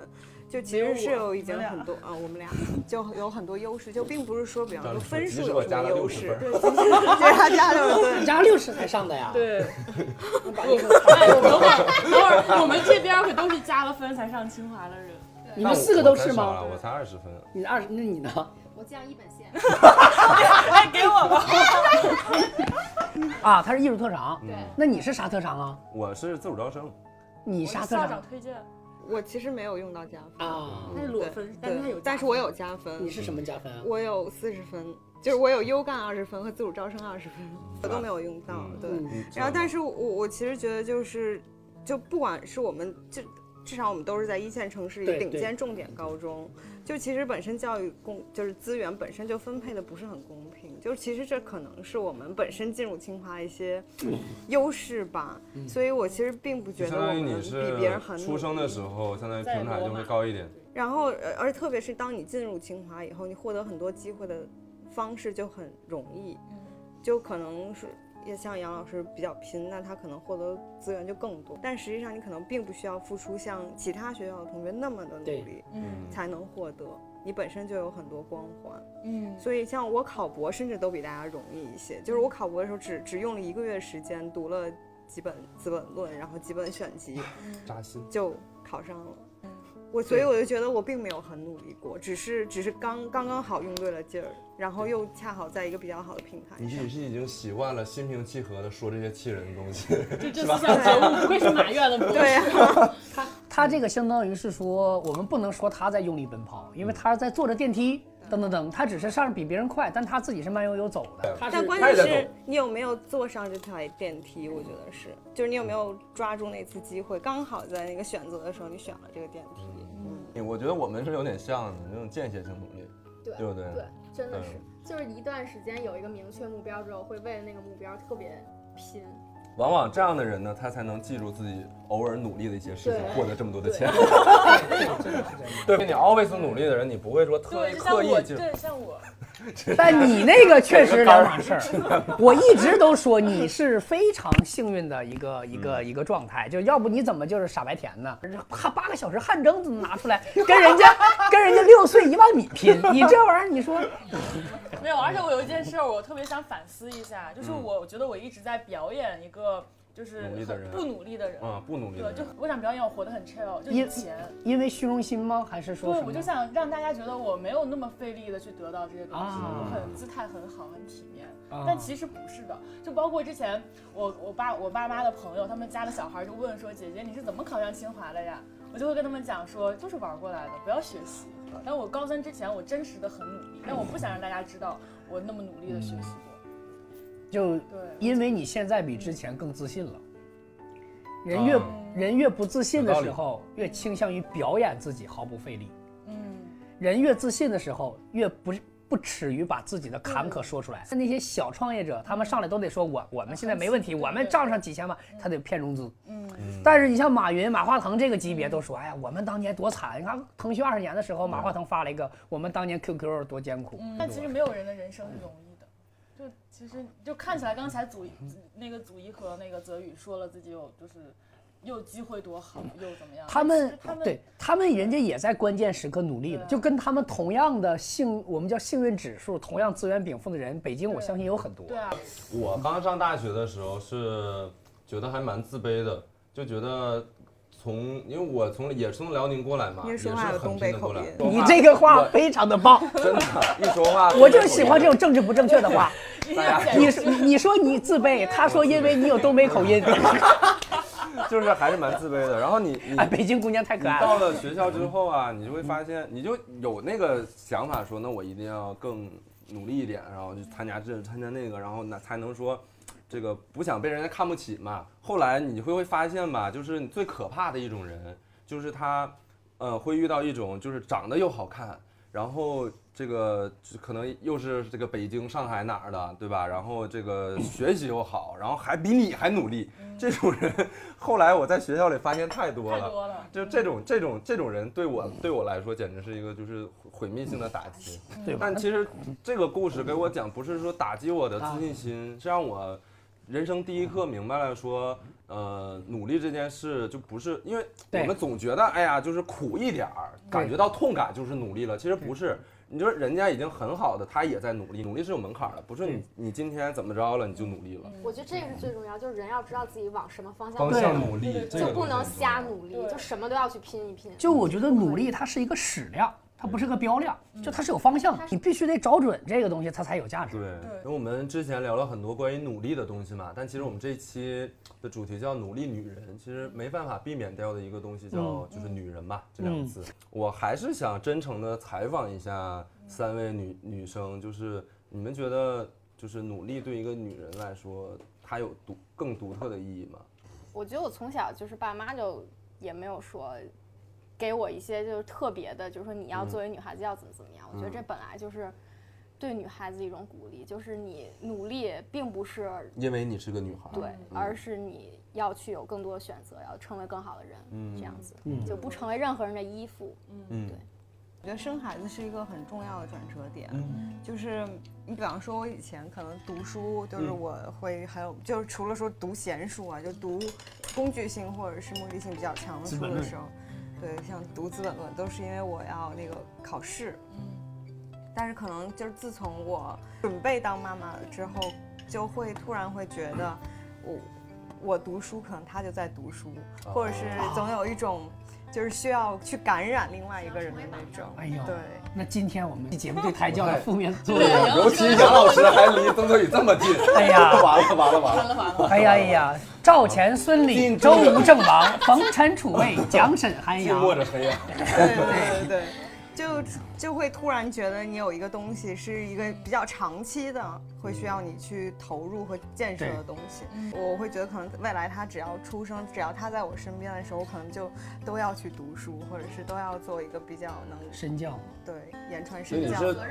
S4: 就其实是有已经很多啊，我们俩就有很多优势，就并不是说，比方说分数有什么优势，对，其实对他加六 十
S2: 你
S4: 分，
S2: 家六十才上的呀？，
S3: 对，我 哎，我们会等会儿我们这边可都是加了分才上清华的人。
S2: 你们四个都是
S1: 那我
S2: 吗？
S1: 我才少啊我才二十分，
S2: 你二，那你呢？
S5: 我降一本 线，
S3: 哎，给我吧。
S2: 啊，他是艺术特长，
S5: 对，
S2: 那你是啥特长啊？
S1: 嗯我是自主招生，
S2: 你啥
S3: 我是
S2: 特
S3: 校
S2: 长
S3: 长推荐，
S4: 我其实没有用到加分，
S2: 啊？
S3: 他是裸分
S4: 对，
S3: 但是他有，
S4: 但是我有加分
S2: 你，是什么加分啊？
S4: 我有四十分，就是我有优干二十分和自主招生二十分，我都没有用到，对。
S1: 嗯
S4: 然后，但是我我其实觉得就是，就不管是我们就。至少我们都是在一线城市里
S2: 对
S4: 顶
S2: 对
S4: 尖重点高中，就其实本身教育公就是资源本身就分配的不是很公平，就其实这可能是我们本身进入清华一些
S2: 嗯
S4: 优势吧，所以我其实并不
S1: 就
S4: 觉得
S1: 相
S4: 我
S1: 当于
S4: 们
S1: 你
S4: 比
S1: 是
S4: 别人很
S1: 出生
S4: 努
S1: 的
S4: 力
S1: 时候，相当于平台就会高一点，
S4: 然后，呃而特别是当你进入清华以后，你获得很多机会的方式就很容易，就可能是也像杨老师比较拼，那他可能获得资源就更多，但实际上你可能并不需要付出像其他学校的同学那么的努
S2: 对
S4: 力
S3: 嗯
S4: 才能获得，你本身就有很多光环。
S3: 嗯，
S4: 所以像我考博，甚至都比大家容易一些。就是我考博的时候只，只用了一个月时间读了几本《资本论》，然后几本选集，
S1: 扎心。
S4: 就考上了。我所以我就觉得我并没有很努力过，只是只是刚刚刚好用对了劲儿，然后又恰好在一个比较好的平台
S1: 你
S4: 上
S1: 只。是已经习惯了心平气和的说这些气人的东西，
S3: 这这思想觉 悟不愧是马院的 博
S4: 对
S3: 士。
S4: 呀、
S2: 他这个相当于是说，我们不能说他在用力奔跑，因为他在坐着电梯，等等等，他只是上得比别人快，但他自己是慢悠悠走的。
S1: 他
S4: 但关
S1: 太
S4: 键
S1: 得
S4: 是
S1: 懂
S4: 你有没有坐上这台电梯，我觉得是，就是你有没有抓住那次机会，刚好在那个选择的时候你选了这个电梯。
S1: 嗯我觉得我们是有点像的那种间歇性努力，
S5: 对
S1: 对不对？
S5: 对，真的
S1: 嗯
S5: 是，就是一段时间有一个明确目标之后，会为了那个目标特别拼。
S1: 往往这样的人呢，他才能记住自己偶尔努力的一些事情，
S5: 对
S1: 获得这么多的钱。 对，你 always 努力的人，你不会说特意
S3: 对，就
S1: 刻
S3: 像
S1: 意
S3: 我，
S1: 就
S3: 对，像我，
S2: 但你那个 确实两码事儿。 我一直都说你是非常幸运的一个一
S1: 嗯
S2: 个一个状态，就要不你怎么就是傻白甜呢？八八个小时汗蒸都能拿出来，跟人 家跟人家六岁一万米拼，你这玩意儿你说
S3: 没有，
S1: 嗯
S3: 而且我有一件事儿，我特别想反思一下，就是我觉得我一直在表演一个就是
S1: 努力的人
S3: 很不努力的人。
S1: 啊、不努力的
S3: 对，就
S1: 人。
S3: 我想表演，我活得很 chill，就
S2: 因
S3: 以前。
S2: 因为虚荣心吗？还是说
S3: 对，
S2: 什
S3: 我
S2: 么
S3: 就？想让大家觉得我没有那么费力的去得到这些东西，
S2: 啊
S3: 我很姿态很好，很体面。
S2: 啊
S3: 但其实不是的，就包括之前我我爸我爸妈的朋友，他们家的小孩就问说：“姐姐，你是怎么考上清华的呀？”我就会跟他们讲说，就是玩过来的，不要学习。但我高三之前，我真实的很努力，但我不想让大家知道我那么努力的学习过。
S2: 就
S3: 对，
S2: 因为你现在比之前更自信了。人越、
S1: 啊
S2: 人越不自信的
S1: 有道理
S2: 时候，越倾向于表演自己毫不费力；
S3: 嗯，
S2: 人越自信的时候，越不不耻于把自己的坎
S3: 嗯
S2: 坷说出来。那些小创业者，他们上来都得说我我们现在没问题，
S3: 啊对
S2: 我们账上几千万，他得骗融资。
S1: 嗯
S2: 但是你像马云、马化腾这个级别都
S3: 嗯
S2: 说，哎呀，我们当年多惨！你看腾讯二十年的时候，马化腾发了一个我们当年 QQ 多艰苦。
S3: 嗯但其实没有人的人生是容易的。就其实就看起来，刚才祖那个祖一和那个泽宇说了自己有就是又机会多好又怎么样，
S2: 他
S3: 但
S2: 们
S3: 其实他们
S2: 对他们人家也在关键时刻努力的，
S3: 对啊
S2: 就跟他们同样的幸，我们叫幸运指数，同样资源禀赋的人，北京我
S3: 对
S2: 相信有很多。
S3: 对啊，
S1: 我刚上大学的时候是觉得还蛮自卑的，就觉得从，因为我从也是从辽宁过来嘛，
S4: 你
S1: 也
S4: 说
S1: 是
S4: 话有
S1: 很
S4: 东
S1: 拼
S4: 北
S1: 的过
S4: 口
S1: 来
S4: 音。
S1: 说
S2: 你这个话
S1: 我
S2: 非常 的棒，
S1: 真的，一说话
S2: 我就喜欢这种政治不正确的话。
S1: 大家
S2: 你你说你自卑，他说因为你有东北口 音。
S1: 就是还是蛮自卑的。然后你你
S2: 哎， 北京姑娘太
S1: 你
S2: 可爱
S1: 到
S2: 了。
S1: 了学校之后啊，你就会发现，你就有那个想法说，那我一定要更努力一点，然后就参加这参加那个，然后那才能说。这个不想被人家看不起嘛。后来你会会发现吧，就是你最可怕的一种人，就是他，呃，会遇到一种就是长得又好看，然后这个可能又是这个北京、上海哪儿的，对吧？然后这个学习又好，然后还比你还努力，这种人， 后来我在学校里发现太多
S3: 太
S1: 了。
S3: 多了。
S1: 就这种这种这种人对我对我来说简直是一个就是毁灭性的打击，
S2: 对吧
S1: 但其实这个故事给我讲，不是说打击我的自信心，是让我人生第一课明白了说，呃，努力这件事就不是因为
S2: 对
S1: 我们总觉得哎呀就是苦一点儿，感觉到痛感就是努力了，其实不是。你说人家已经很好的，他也在努力，努力是有门槛儿的，不是你你今天怎么着了你就努力了，
S7: 我觉得这个是最重要，就是人要知道自己往什么方向
S1: 方
S7: 努力，
S1: 向努力
S3: 对，
S1: 这个
S7: 就不
S1: 东
S7: 能
S1: 西很重要
S7: 瞎努力，
S3: 对
S7: 就什么都要去拼一拼。
S2: 就我觉得努力它是一个矢量，它不是个标量，
S4: 嗯
S2: 就它是有方向的，你必须得找准这个东西，它才有价值。
S1: 对，因为我们之前聊了很多关于努力的东西嘛，但其实我们这一期的主题叫“努力女人”，其实没办法避免掉的一个东西叫就是“女人”嘛，这两个字。我还是想真诚的采访一下三位女女生，就是你们觉得就是努力对一个女人来说，它有独更独特的意义吗？
S5: 我觉得我从小就是爸妈就也没有说给我一些就是特别的，就是说你要
S1: 嗯
S5: 作为女孩子要怎么怎么样。我觉得
S1: 嗯
S5: 这本来就是对女孩子一种鼓励，就是你努力并不是
S1: 因为你是个女孩，
S5: 对，
S1: 嗯
S5: 而是你要去有更多的选择，要成为更好的人，
S1: 嗯
S5: 这样子
S2: 嗯
S5: 就不成为任何人的依附。
S1: 嗯
S5: 对
S4: 我觉得生孩子是一个很重要的转折点。
S1: 嗯
S4: 就是你比方说，我以前可能读书，就是
S1: 嗯
S4: 我会还有，就是除了说读闲书啊，就读工具性或者是目的性比较强的
S2: 资
S4: 书
S2: 本
S4: 的
S2: 论
S4: 时候，对，像读资本论都是因为我要那个考试。
S3: 嗯
S4: 但是可能就是自从我准备当妈妈之后，就会突然会觉得我。我读书，可能他就在读书，或者是总有一种，就是需要去感染另外一个人的那种。
S2: 哎呦
S4: 对，
S2: 那今天我们节 目对胎教的负面作用，
S1: 尤其杨老师还离曾泽宇这么近，
S2: 哎呀
S1: 完了完了完了
S3: 完。了完了，
S2: 哎呀哎呀，赵钱孙 李
S1: 进
S2: 周吴郑王，冯陈楚卫蒋沈 韩
S1: 静
S2: 杨，
S1: 默着黑啊呀、
S4: 对对对对，就就会突然觉得你有一个东西是一个比较长期的，会需要你去投入和建设的东西。嗯我会觉得可能未来他只要出生，只要他在我身边的时候，我可能就都要去读书，或者是都要做一个比较能
S2: 身教
S4: 对言传
S1: 所
S4: 身
S1: 以你
S4: 教
S1: 是
S4: 的。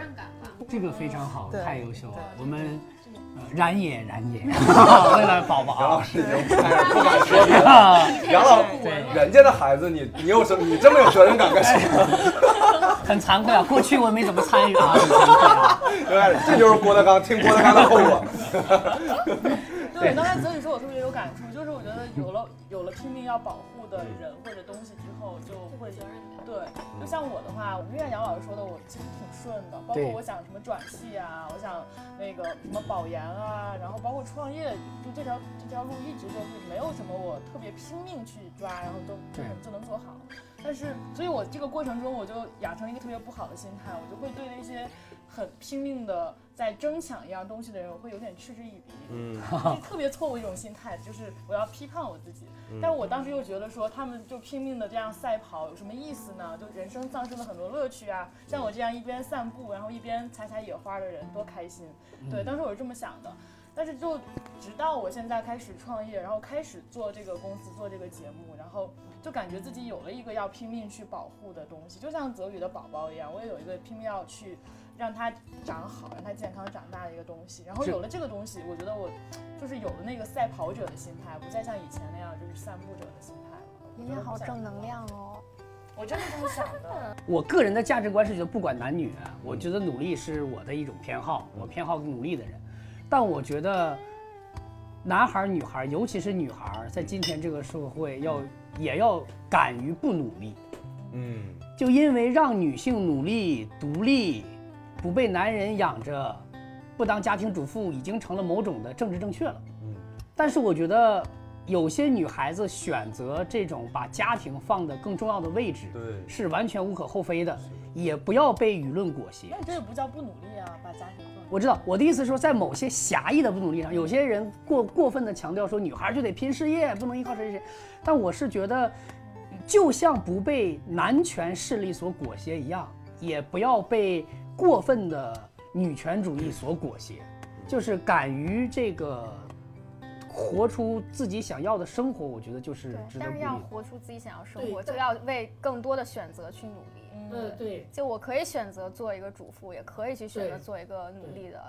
S2: 这个非常好，
S4: 对
S2: 太优秀了
S4: 对。
S2: 我们呃然也然也， 为了宝
S1: 杨
S2: 宝
S1: 老，师已经开始不敢说别的了。
S2: 啊
S1: 杨老，
S2: 对
S1: 人家的孩子，你你有什么？你这么有责任感 干什么？
S2: 很惭愧啊，过去我没怎么参与 啊，很惭愧啊。
S1: 对，这就是郭德纲，听郭德纲的后果。
S3: 对，刚才泽宇说，我特别有感触，就是我觉得有了有了拼命要保护的人或者东西之后，就会对，就像我的话，我们院杨老师说的，我其实挺顺的，包括
S2: 对
S3: 我想什么转系啊，我想那个什么保研啊，然后包括创业，就这条这条路一直就是没有什么我特别拼命去抓，然后都就
S2: 对
S3: 能就能做好。但是，所以我这个过程中，我就养成一个特别不好的心态，我就会对那些很拼命的在争抢一样东西的人，我会有点嗤之以鼻。
S1: 嗯，
S3: 是 特别错误一种心态，就是我要批判我自己。但我当时又觉得说，他们就拼命的这样赛跑有什么意思呢？就人生丧失了很多乐趣啊！像我这样一边散步，然后一边采采野花的人，多开心！对，当时我是这么想的。但是就直到我现在开始创业，然后开始做这个公司，做这个节目，然后就感觉自己有了一个要拼命去保护的东西，就像泽宇的宝宝一样，我也有一个拼命要去让他长好，让他健康长大的一个东西。然后
S2: 是
S3: 有了这个东西，我觉得我就是有了那个赛跑者的心态，不再像以前那样就是散步者的心态了。我
S5: 人
S3: 觉得
S5: 家
S3: 不
S5: 好
S3: 想
S5: 正
S3: 这
S5: 能
S3: 样
S5: 量哦。
S3: 我真的这么想 的。
S2: 我个人的价值观是觉得不管男女，啊我觉得努力是我的一种偏好，我偏好努力的人。但我觉得，男孩儿、女孩儿，尤其是女孩儿，在今天这个社会要也要敢于不努力。
S1: 嗯，
S2: 就因为让女性努力、独立，不被男人养着，不当家庭主妇，已经成了某种的政治正确了。
S1: 嗯
S2: 但是我觉得，有些女孩子选择这种把家庭放的更重要的位置，
S1: 对
S2: 是完全无可厚非的，也不要被舆论裹挟
S3: 那。你这也不叫不努力啊，把家庭放。
S2: 我知道我的意思是说，在某些狭义的不努力上，有些人过过分的强调说女孩就得拼事业，不能依靠谁谁谁，但我是觉得，就像不被男权势力所裹挟一样，也不要被过分的女权主义所裹挟，就是敢于这个活出自己想要的生活，我觉得就是
S5: 对，
S2: 值得
S5: 但
S2: 鼓
S5: 是
S2: 励
S5: 要
S2: 的。
S5: 活出自己想要生
S7: 对
S5: 活，就
S7: 但
S5: 要为更多的选择去努力。
S7: 嗯，对，
S5: 就我可以选择做一个主妇，也可以去选择
S7: 对
S5: 做一个努力的。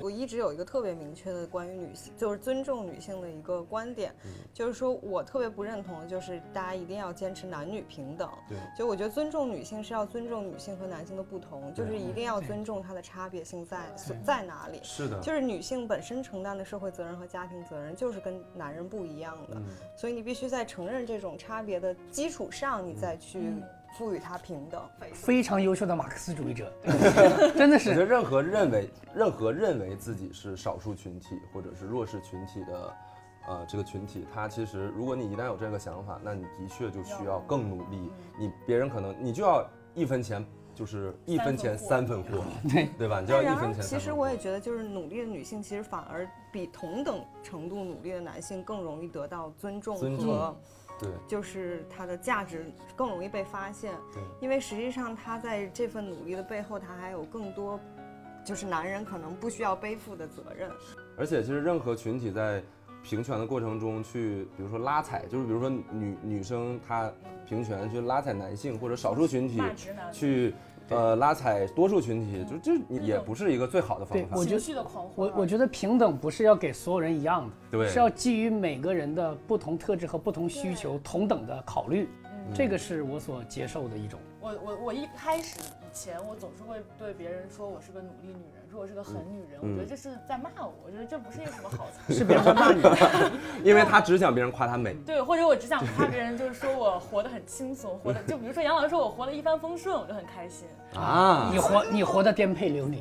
S4: 我一直有一个特别明确的关于女性，就是尊重女性的一个观点，
S1: 嗯
S4: 就是说我特别不认同的就是大家一定要坚持男女平等。
S1: 对，
S4: 就我觉得尊重女性是要尊重女性和男性的不同，就是一定要尊重她的差别性在所在哪里。
S1: 是的，
S4: 就是女性本身承担的社会责任和家庭责任就是跟男人不一样的，
S1: 嗯
S4: 所以你必须在承认这种差别的基础上，
S1: 嗯
S4: 你再去赋予它平等。
S2: 非常优秀的马克思主 义者，
S1: 我
S2: 真的
S1: 觉得
S2: 是
S1: 任何认为任何认为自己是少数群体或者是弱势群体的，呃，这个群体，他其实如果你一旦有这个想法，那你的确就需要更努力。你别人可能你就要一分钱就是一分钱三
S3: 三
S1: 分货，
S2: 对
S1: 对吧？你就要
S4: 但
S1: 一
S4: 哎然
S1: 分
S4: 而，
S1: 钱三分货。
S4: 其实我也觉得，就是努力的女性，其实反而比同等程度努力的男性更容易得到尊重
S1: 尊
S4: 和
S1: 重，对
S4: 就是他的价值更容易被发现。
S1: 对
S4: 因为实际上他在这份努力的背后，他还有更多，就是男人可能不需要背负的责任。
S1: 而且其实任何群体在平权的过程中去，比如说拉踩，就是比如说女女生她平权去拉踩男性或者少数群体
S3: 骂直男
S1: 去。呃，拉踩多数群体，就这也不是一个最好的方
S2: 对
S1: 法。
S2: 我觉
S3: 情
S2: 得
S3: 绪的狂欢。
S2: 我我觉得平等不是要给所有人一样的，
S1: 对
S2: 是要基于每个人的不同特质和不同需求同等的考虑，
S3: 嗯
S2: 这个是我所接受的一种。
S3: 我我我一开始以前我总是会对别人说我是个努力女人，说我是个狠女人，我觉得这是在骂我，我觉得这不是一个什么好词。
S2: 嗯 是别人会骂你，
S1: 因为他只想别人夸他美。
S3: 对，或者我只想夸别人，就是说我活得很轻松，活得就比如说杨老师说我活得一帆风顺，我就很开心。
S2: 嗯
S1: 啊
S2: 你活你活得颠沛流 离，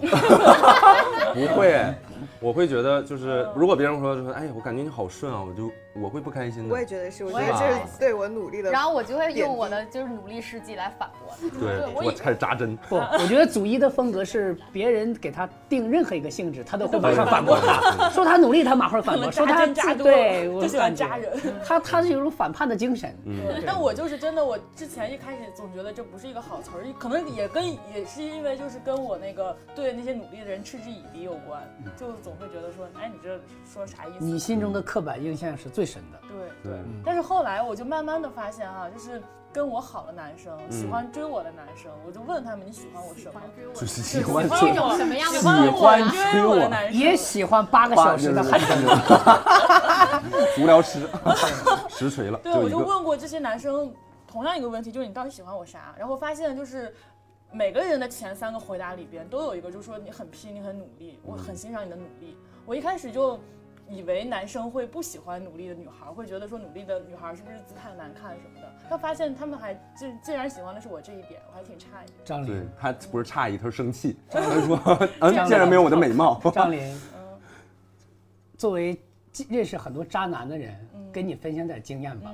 S1: 不会，我会觉得就是，如果别人说说，哎呀，我感觉你好顺啊，我就我会不开心的。
S4: 我也觉得是，我觉
S5: 我
S4: 得
S5: 也
S4: 这是对我努力的。
S5: 然后我就会
S4: 贬
S5: 用我
S4: 低
S5: 的就是努力事迹来反驳他。
S1: 对，
S3: 我
S1: 我
S3: 以
S1: 开始扎针。
S2: 不，我觉得祖一的风格是别人给他定任何一个性质，他都会马上反驳 他，说他努力，他马上反
S3: 可
S2: 驳，
S3: 能
S2: 说
S3: 扎
S2: 他
S3: 针扎
S2: 自
S3: 多
S2: 对，
S3: 了
S2: 我
S3: 就喜欢
S2: 感觉嗯
S3: 扎人。
S2: 他他是有种反叛的精神，
S1: 嗯
S3: 对，但我就是真的，我之前一开始总觉得这不是一个好词儿，可能也跟也是因为就是跟我那个对那些努力的人嗤之以鼻有关，就总会觉得说，哎，你这说啥意思？
S2: 嗯
S3: 啊
S2: 你心中的刻板印象是最深的。
S3: 对。
S1: 对，
S3: 但是后来我就慢慢的发现哈、就是跟我好的男生，喜欢追我的男生，我就问他们你喜欢我什么？
S1: 就是喜
S3: 喜欢
S1: 欢
S3: 我
S7: 什么样的
S3: 喜欢
S1: 喜欢
S3: 我
S1: 追
S3: 追
S1: 我
S3: 我的男生，
S2: 也喜欢八个小时的汗蒸，
S1: 足疗 师，实锤了，
S3: 对，我
S1: 一
S3: 就
S1: 个。
S3: 问过这些男生同样一个问题，就是你到底喜欢我啥？然后发现就是每个人的前三个回答里边都有一个，就是说你很拼，你很努力，我很欣赏你的努力。我一开始就以为男生会不喜欢努力的女孩，会觉得说努力的女孩是不是姿态难看什么的。但发现他们还竟竟然喜欢的是我这一点，我还挺诧异的。
S2: 张
S1: 对
S2: 琳，
S1: 他不是诧异，他是生气。他说：“ 嗯，
S2: 样的
S1: 竟然没有我的美貌。
S2: 张琳，
S3: 嗯
S2: 作为认识很多渣男的人，
S3: 嗯
S2: 跟你分享点经验吧。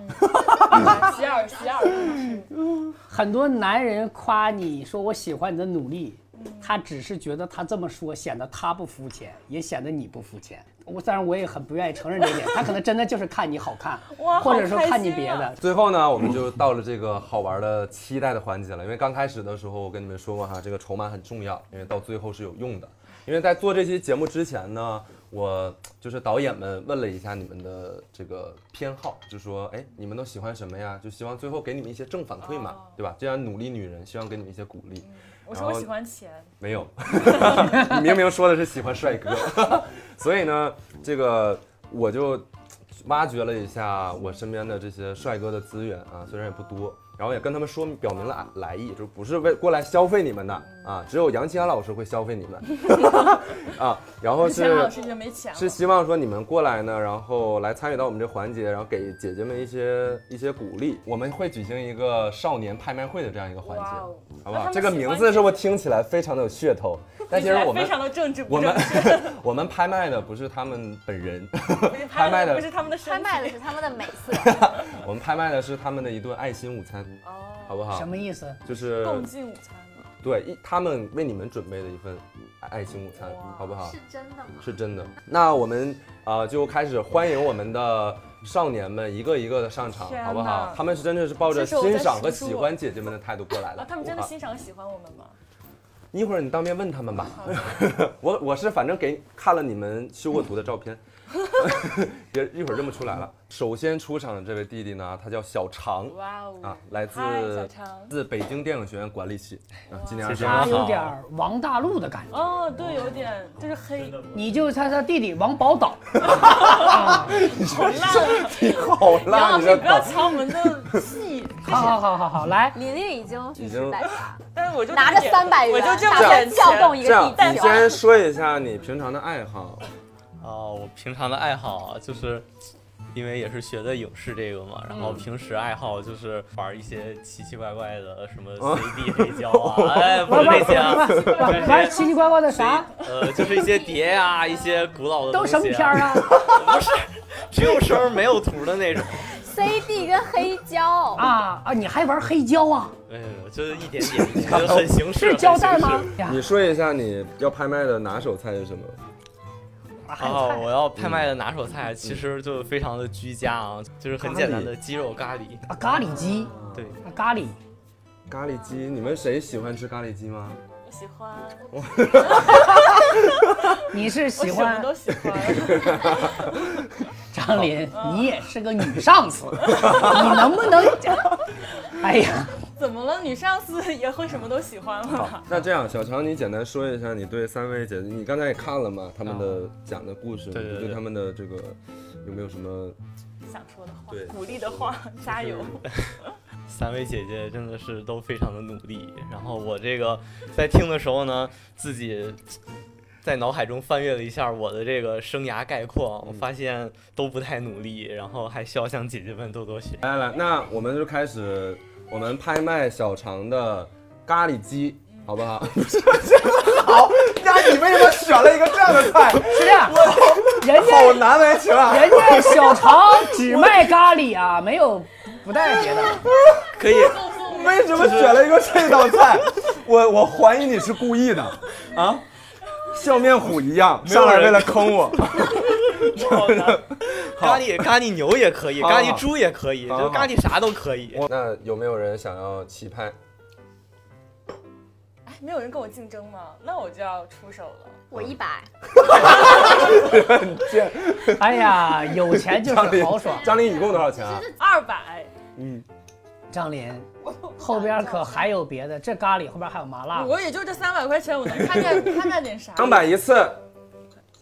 S3: 洗耳洗耳恭听。
S2: 很多男人夸你说我喜欢你的努力，他只是觉得他这么说显得他不肤浅，也显得你不肤浅。我当然我也很不愿意承认这一点，他可能真的就是看你好看，
S3: 哇
S2: 或者说
S3: 好开心啊
S2: 看你别的。”
S1: 最后呢，我们就到了这个好玩的期待的环节了。因为刚开始的时候，我跟你们说过哈，这个筹码很重要，因为到最后是有用的。因为在做这期节目之前呢，我就是导演们问了一下你们的这个偏好，就说哎，你们都喜欢什么呀？就希望最后给你们一些正反馈
S2: 哦
S1: 嘛，对吧？这样努力女人，希望给你们一些鼓
S2: 嗯
S1: 励。
S3: 我说我喜欢钱，
S1: 没有， 你明明说的是喜欢帅哥， 所以呢，这个我就挖掘了一下我身边的这些帅哥的啊资源啊，虽然也不多，然后也跟他们说表明了来意，就不是为过来消费你们的，啊，只有杨奇安老师会消费你们 啊。然后
S3: 钱老
S1: 是
S3: 师已经没钱了，
S1: 是希望说你们过来呢，然后来参与到我们这环节，然后给姐姐们一些一些鼓励。我们会举行一个少年拍卖会的这样一个环节，
S3: 哇哦
S1: 好不
S3: 那他
S1: 好？
S3: 们
S1: 这个
S3: 喜欢
S1: 名
S3: 你
S1: 字是不是听起来非常的有噱 头？但其实我们
S3: 非常的政治不
S1: 我
S3: 正
S1: 们
S3: 确，
S1: 我们拍卖的不是他们本人，
S3: 拍
S1: 拍卖
S3: 不
S1: 的
S3: 是他们的身
S5: 拍卖
S3: 体
S5: 的是他们的美色，
S1: 我们拍卖的是他们的一顿爱心午餐，好
S3: 哦，
S1: 不好？
S2: 什么意思？
S1: 就是
S3: 共进午餐嘛，
S1: 对一他们为你们准备的一份爱爱心午餐
S3: 哇，
S1: 好不好？
S6: 是真的吗？
S1: 是真的。那我们啊、呃就开始欢迎我们的少年们一个一个的上场，
S3: 天哪
S1: 好不好？他们是真的是抱着
S3: 这是我在
S1: 欣赏和
S3: 数数
S1: 喜欢姐姐们的态度过来的。
S3: 啊，他们真的
S1: 好不好
S3: 欣赏喜欢我们吗？
S1: 一会儿你当面问他们吧。
S3: 好的，
S1: 我我是反正给看了你们修过图的照片， 别一会儿认不出来了。首先出场的这位弟弟呢，他叫小常
S3: 哇哦，
S1: 啊，来自
S3: 嗨，小常，
S1: 自北京电影学院管理系啊，今年二
S8: 谢
S1: 十
S8: 谢
S2: 他
S1: 八
S8: 啊
S2: 有 点儿王大陆的感觉，
S3: 哦，对，有点就是黑，
S2: 你就猜他弟弟王宝岛，
S3: 好烂啊，
S1: 好
S3: 杨老
S1: 烂，
S3: 师
S1: 你
S3: 你
S1: 这
S3: 不要
S1: 梗
S3: 抢我们的戏，
S2: 好好好好好， 来，
S7: 琳琳已经去
S1: 已
S7: 世
S1: 经
S7: 白发，
S3: 但是我就
S5: 拿着三百元，
S3: 我就这
S5: 打
S3: 么
S5: 算
S3: 点钱
S5: 撬动一
S1: 这
S5: 个
S1: 样
S5: 地，
S1: 你
S3: 啊
S5: 球。
S1: 先说一下你平常的爱好，
S8: 啊，我平常的爱好啊就是，因为也是学的影视这个嘛，然
S2: 嗯
S8: 后平时爱好就是玩一些奇奇怪怪的，什么 CD 黑胶啊，哎，不是那些啊，
S2: 玩玩奇奇怪怪的啥？
S8: 呃，就是一些碟啊，一些古老的
S2: 都
S8: 东
S2: 什么
S8: 西
S2: 片儿啊？
S8: 不是，只有声儿没有图的那种。
S5: CD 跟黑胶，
S2: 啊啊！你还玩黑胶啊？
S8: 哎呦，就是一点点，就是很形式。
S2: 是胶带吗
S8: 很形式？
S2: 呀
S1: 你说一下你要拍卖的拿手菜是什么？
S2: 还有
S8: 哦，
S2: 菜
S8: 我要拍卖的拿手菜其实就非常的居家啊，就是很简单的鸡肉咖喱。
S2: 啊，咖喱鸡，
S8: 对，
S2: 啊咖喱，
S1: 咖喱鸡，你们谁喜欢吃咖喱鸡吗？
S3: 我喜欢，
S2: 你是
S3: 我
S2: 喜
S3: 什么
S2: 欢
S3: 都喜 欢，
S2: 张琳？你也是个女上司，你能不能？哎呀，
S3: 怎么了？女上司也会什么都喜欢吗？
S1: 那这样，小常，你简单说一下你对三位姐姐，你刚才也看了嘛，他们的讲的故事，
S8: 啊对对
S1: 你
S8: 对
S1: 对他们的这个有没有什么？
S3: 想说的话
S1: 对，
S3: 鼓励的话，加油！
S8: 三位姐姐真的是都非常的努力。然后我这个在听的时候呢，自己在脑海中翻阅了一下我的这个生涯概况，
S1: 嗯
S8: 我发现都不太努力，然后还需要向姐姐们多多 学。
S1: 来来来，那我们就开始，我们拍卖小常的咖喱鸡，好不好？ 不是，好，那你为什么选了一个这样的菜？
S2: 是这样，人
S1: 好
S2: 家
S1: 难为情啊！
S2: 人家小常只卖咖喱啊，没有不带别的。
S8: 可 以，
S1: 为什么选了一个这道菜？我我怀疑你是故意的啊！笑面虎一样
S8: 没有
S1: 上来
S8: 人
S1: 为了坑我，
S8: 好的，咖喱咖喱牛也可以，
S1: 好
S8: 咖喱猪也可以，
S1: 好
S8: 就咖喱啥都可以。
S1: 那有没有人想要起拍？
S3: 哎，没有人跟我竞争吗？那我就要出手了。
S5: 我一百，
S2: 哎呀，有钱就是豪爽。
S1: 张琳一共多少钱啊？
S3: 二百，
S1: 嗯，
S2: 张琳，后边可还有别的，这咖喱后边还有麻辣。
S3: 我也就这三百块钱，我能看见 看见点啥？
S1: 两百一次，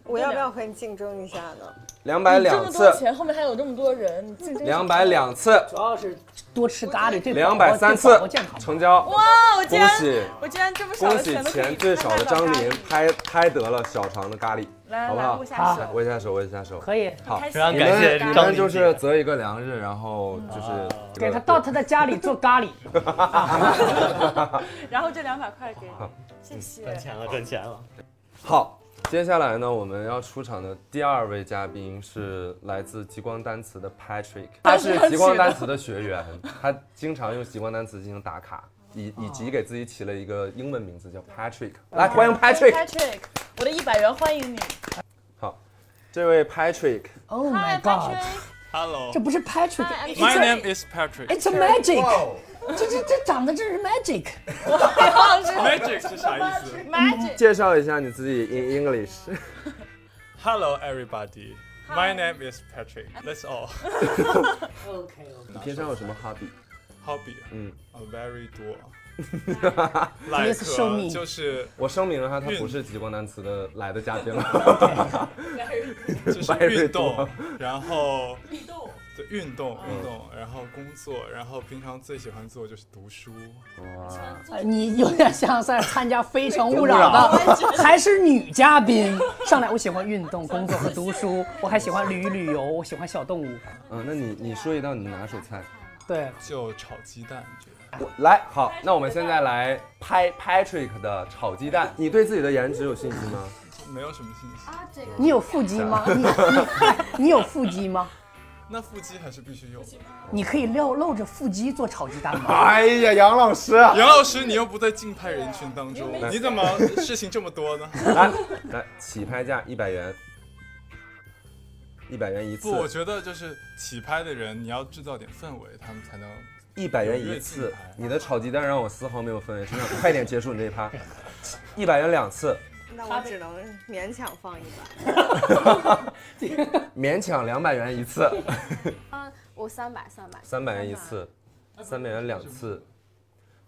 S4: 我要不要和你竞争一下呢？
S1: 两百
S3: 你这
S1: 两
S3: 么多
S1: 次，
S3: 钱，后面还有这么多人，你竞争
S1: 两百两次，
S2: 主要是多吃咖喱对宝
S1: 两
S2: 宝
S1: 百三
S2: 对
S1: 次
S2: 宝宝健康。
S1: 成交。
S3: 哇！我竟
S1: 恭
S3: 然，
S1: 喜
S3: 我竟然这么少
S1: 恭
S3: 的
S1: 喜
S3: 钱都可以
S1: 钱最少的张琳
S3: 看到
S1: 拍拍得了小肠的咖喱，
S3: 来
S1: 好不
S3: 来来，
S1: 好
S3: 握？下手
S1: 来，握一下手，握一下手。
S2: 可以
S1: 好
S3: 开，心
S8: 非常
S1: 你
S8: 感谢
S1: 们你
S8: 张
S1: 们
S8: 琳
S1: 就是
S8: 姐
S1: 择一个良日，然后就是
S2: 给他到他的家里做咖喱。
S3: 然后这两百块给你，谢
S8: 赚
S3: 谢。
S8: 钱了，赚钱了。
S1: 好，接下来呢，我们要出场的第二位嘉宾是来自极光单词的 Patrick，他是极光单词的学员，他经常用极光单词进行打卡，以以及给自己起了一个英文名字叫 Patrick。来，欢迎 Patrick。
S3: Patrick，我的一百元欢迎你。
S1: 好，这位 Patrick，
S2: Oh my
S3: Hi
S2: god！
S3: Patrick，
S9: Hello,
S2: 这不是哎 Patrick，it's
S9: my
S2: a-
S9: name is Patrick.
S2: it's a magic。这这这长得这是 magic。
S9: Magic 是啥意思
S3: Magic，
S1: 介绍一下你自己 in English。
S9: ？Hello, everybody. My name is Patrick. That's all.
S2: OK
S1: 你平常有什么 hobby？
S9: Hobby,
S1: 嗯，
S9: uh, very 多。
S2: Please show me.
S9: 就是
S1: 我声明了哈，他
S9: 运
S1: 不是极光单词的来 的嘉宾了。
S9: 就是
S1: Very
S9: 运动
S1: 多，
S9: 然后运动，嗯对，运动运动，然后工作，然后平常最喜欢做就是读书。
S1: 哇，
S2: 哎 你有点像在参加《非诚勿扰》 的，还是女嘉 宾上来。我喜欢运动、工作和读 书，我还喜欢旅旅游，我喜欢小动物。
S1: 嗯，那你你说一道你的拿手菜，
S2: 对，
S9: 就炒鸡蛋，这个
S1: 我来好，那我们现在来拍 Patrick 的炒鸡蛋。你对自己的颜值有信心吗？
S9: 没有什么信心。
S2: 你有腹肌 吗？你你你有腹肌吗？
S9: 那腹肌还是必须有的。
S2: 你可以露露着腹肌做炒鸡蛋 吗？
S1: 哎呀，杨老师，
S9: 杨老师，你又不在竞拍人群当中，啊你怎么事情这么多 呢？
S1: 来来，起拍价一百元，一百元一
S9: 不，我
S1: 次，
S9: 觉得就是起拍的人，你要制造点氛围，他们才能。
S1: 一百元一次。你的炒鸡蛋让我丝毫没有氛围，真的，快点结束你这一 趴。一百元两次，
S4: 那我只能勉强放一把。
S1: 勉强两百元一次，
S7: 嗯，我三百三百，
S1: 三百元一 次，三百元两次，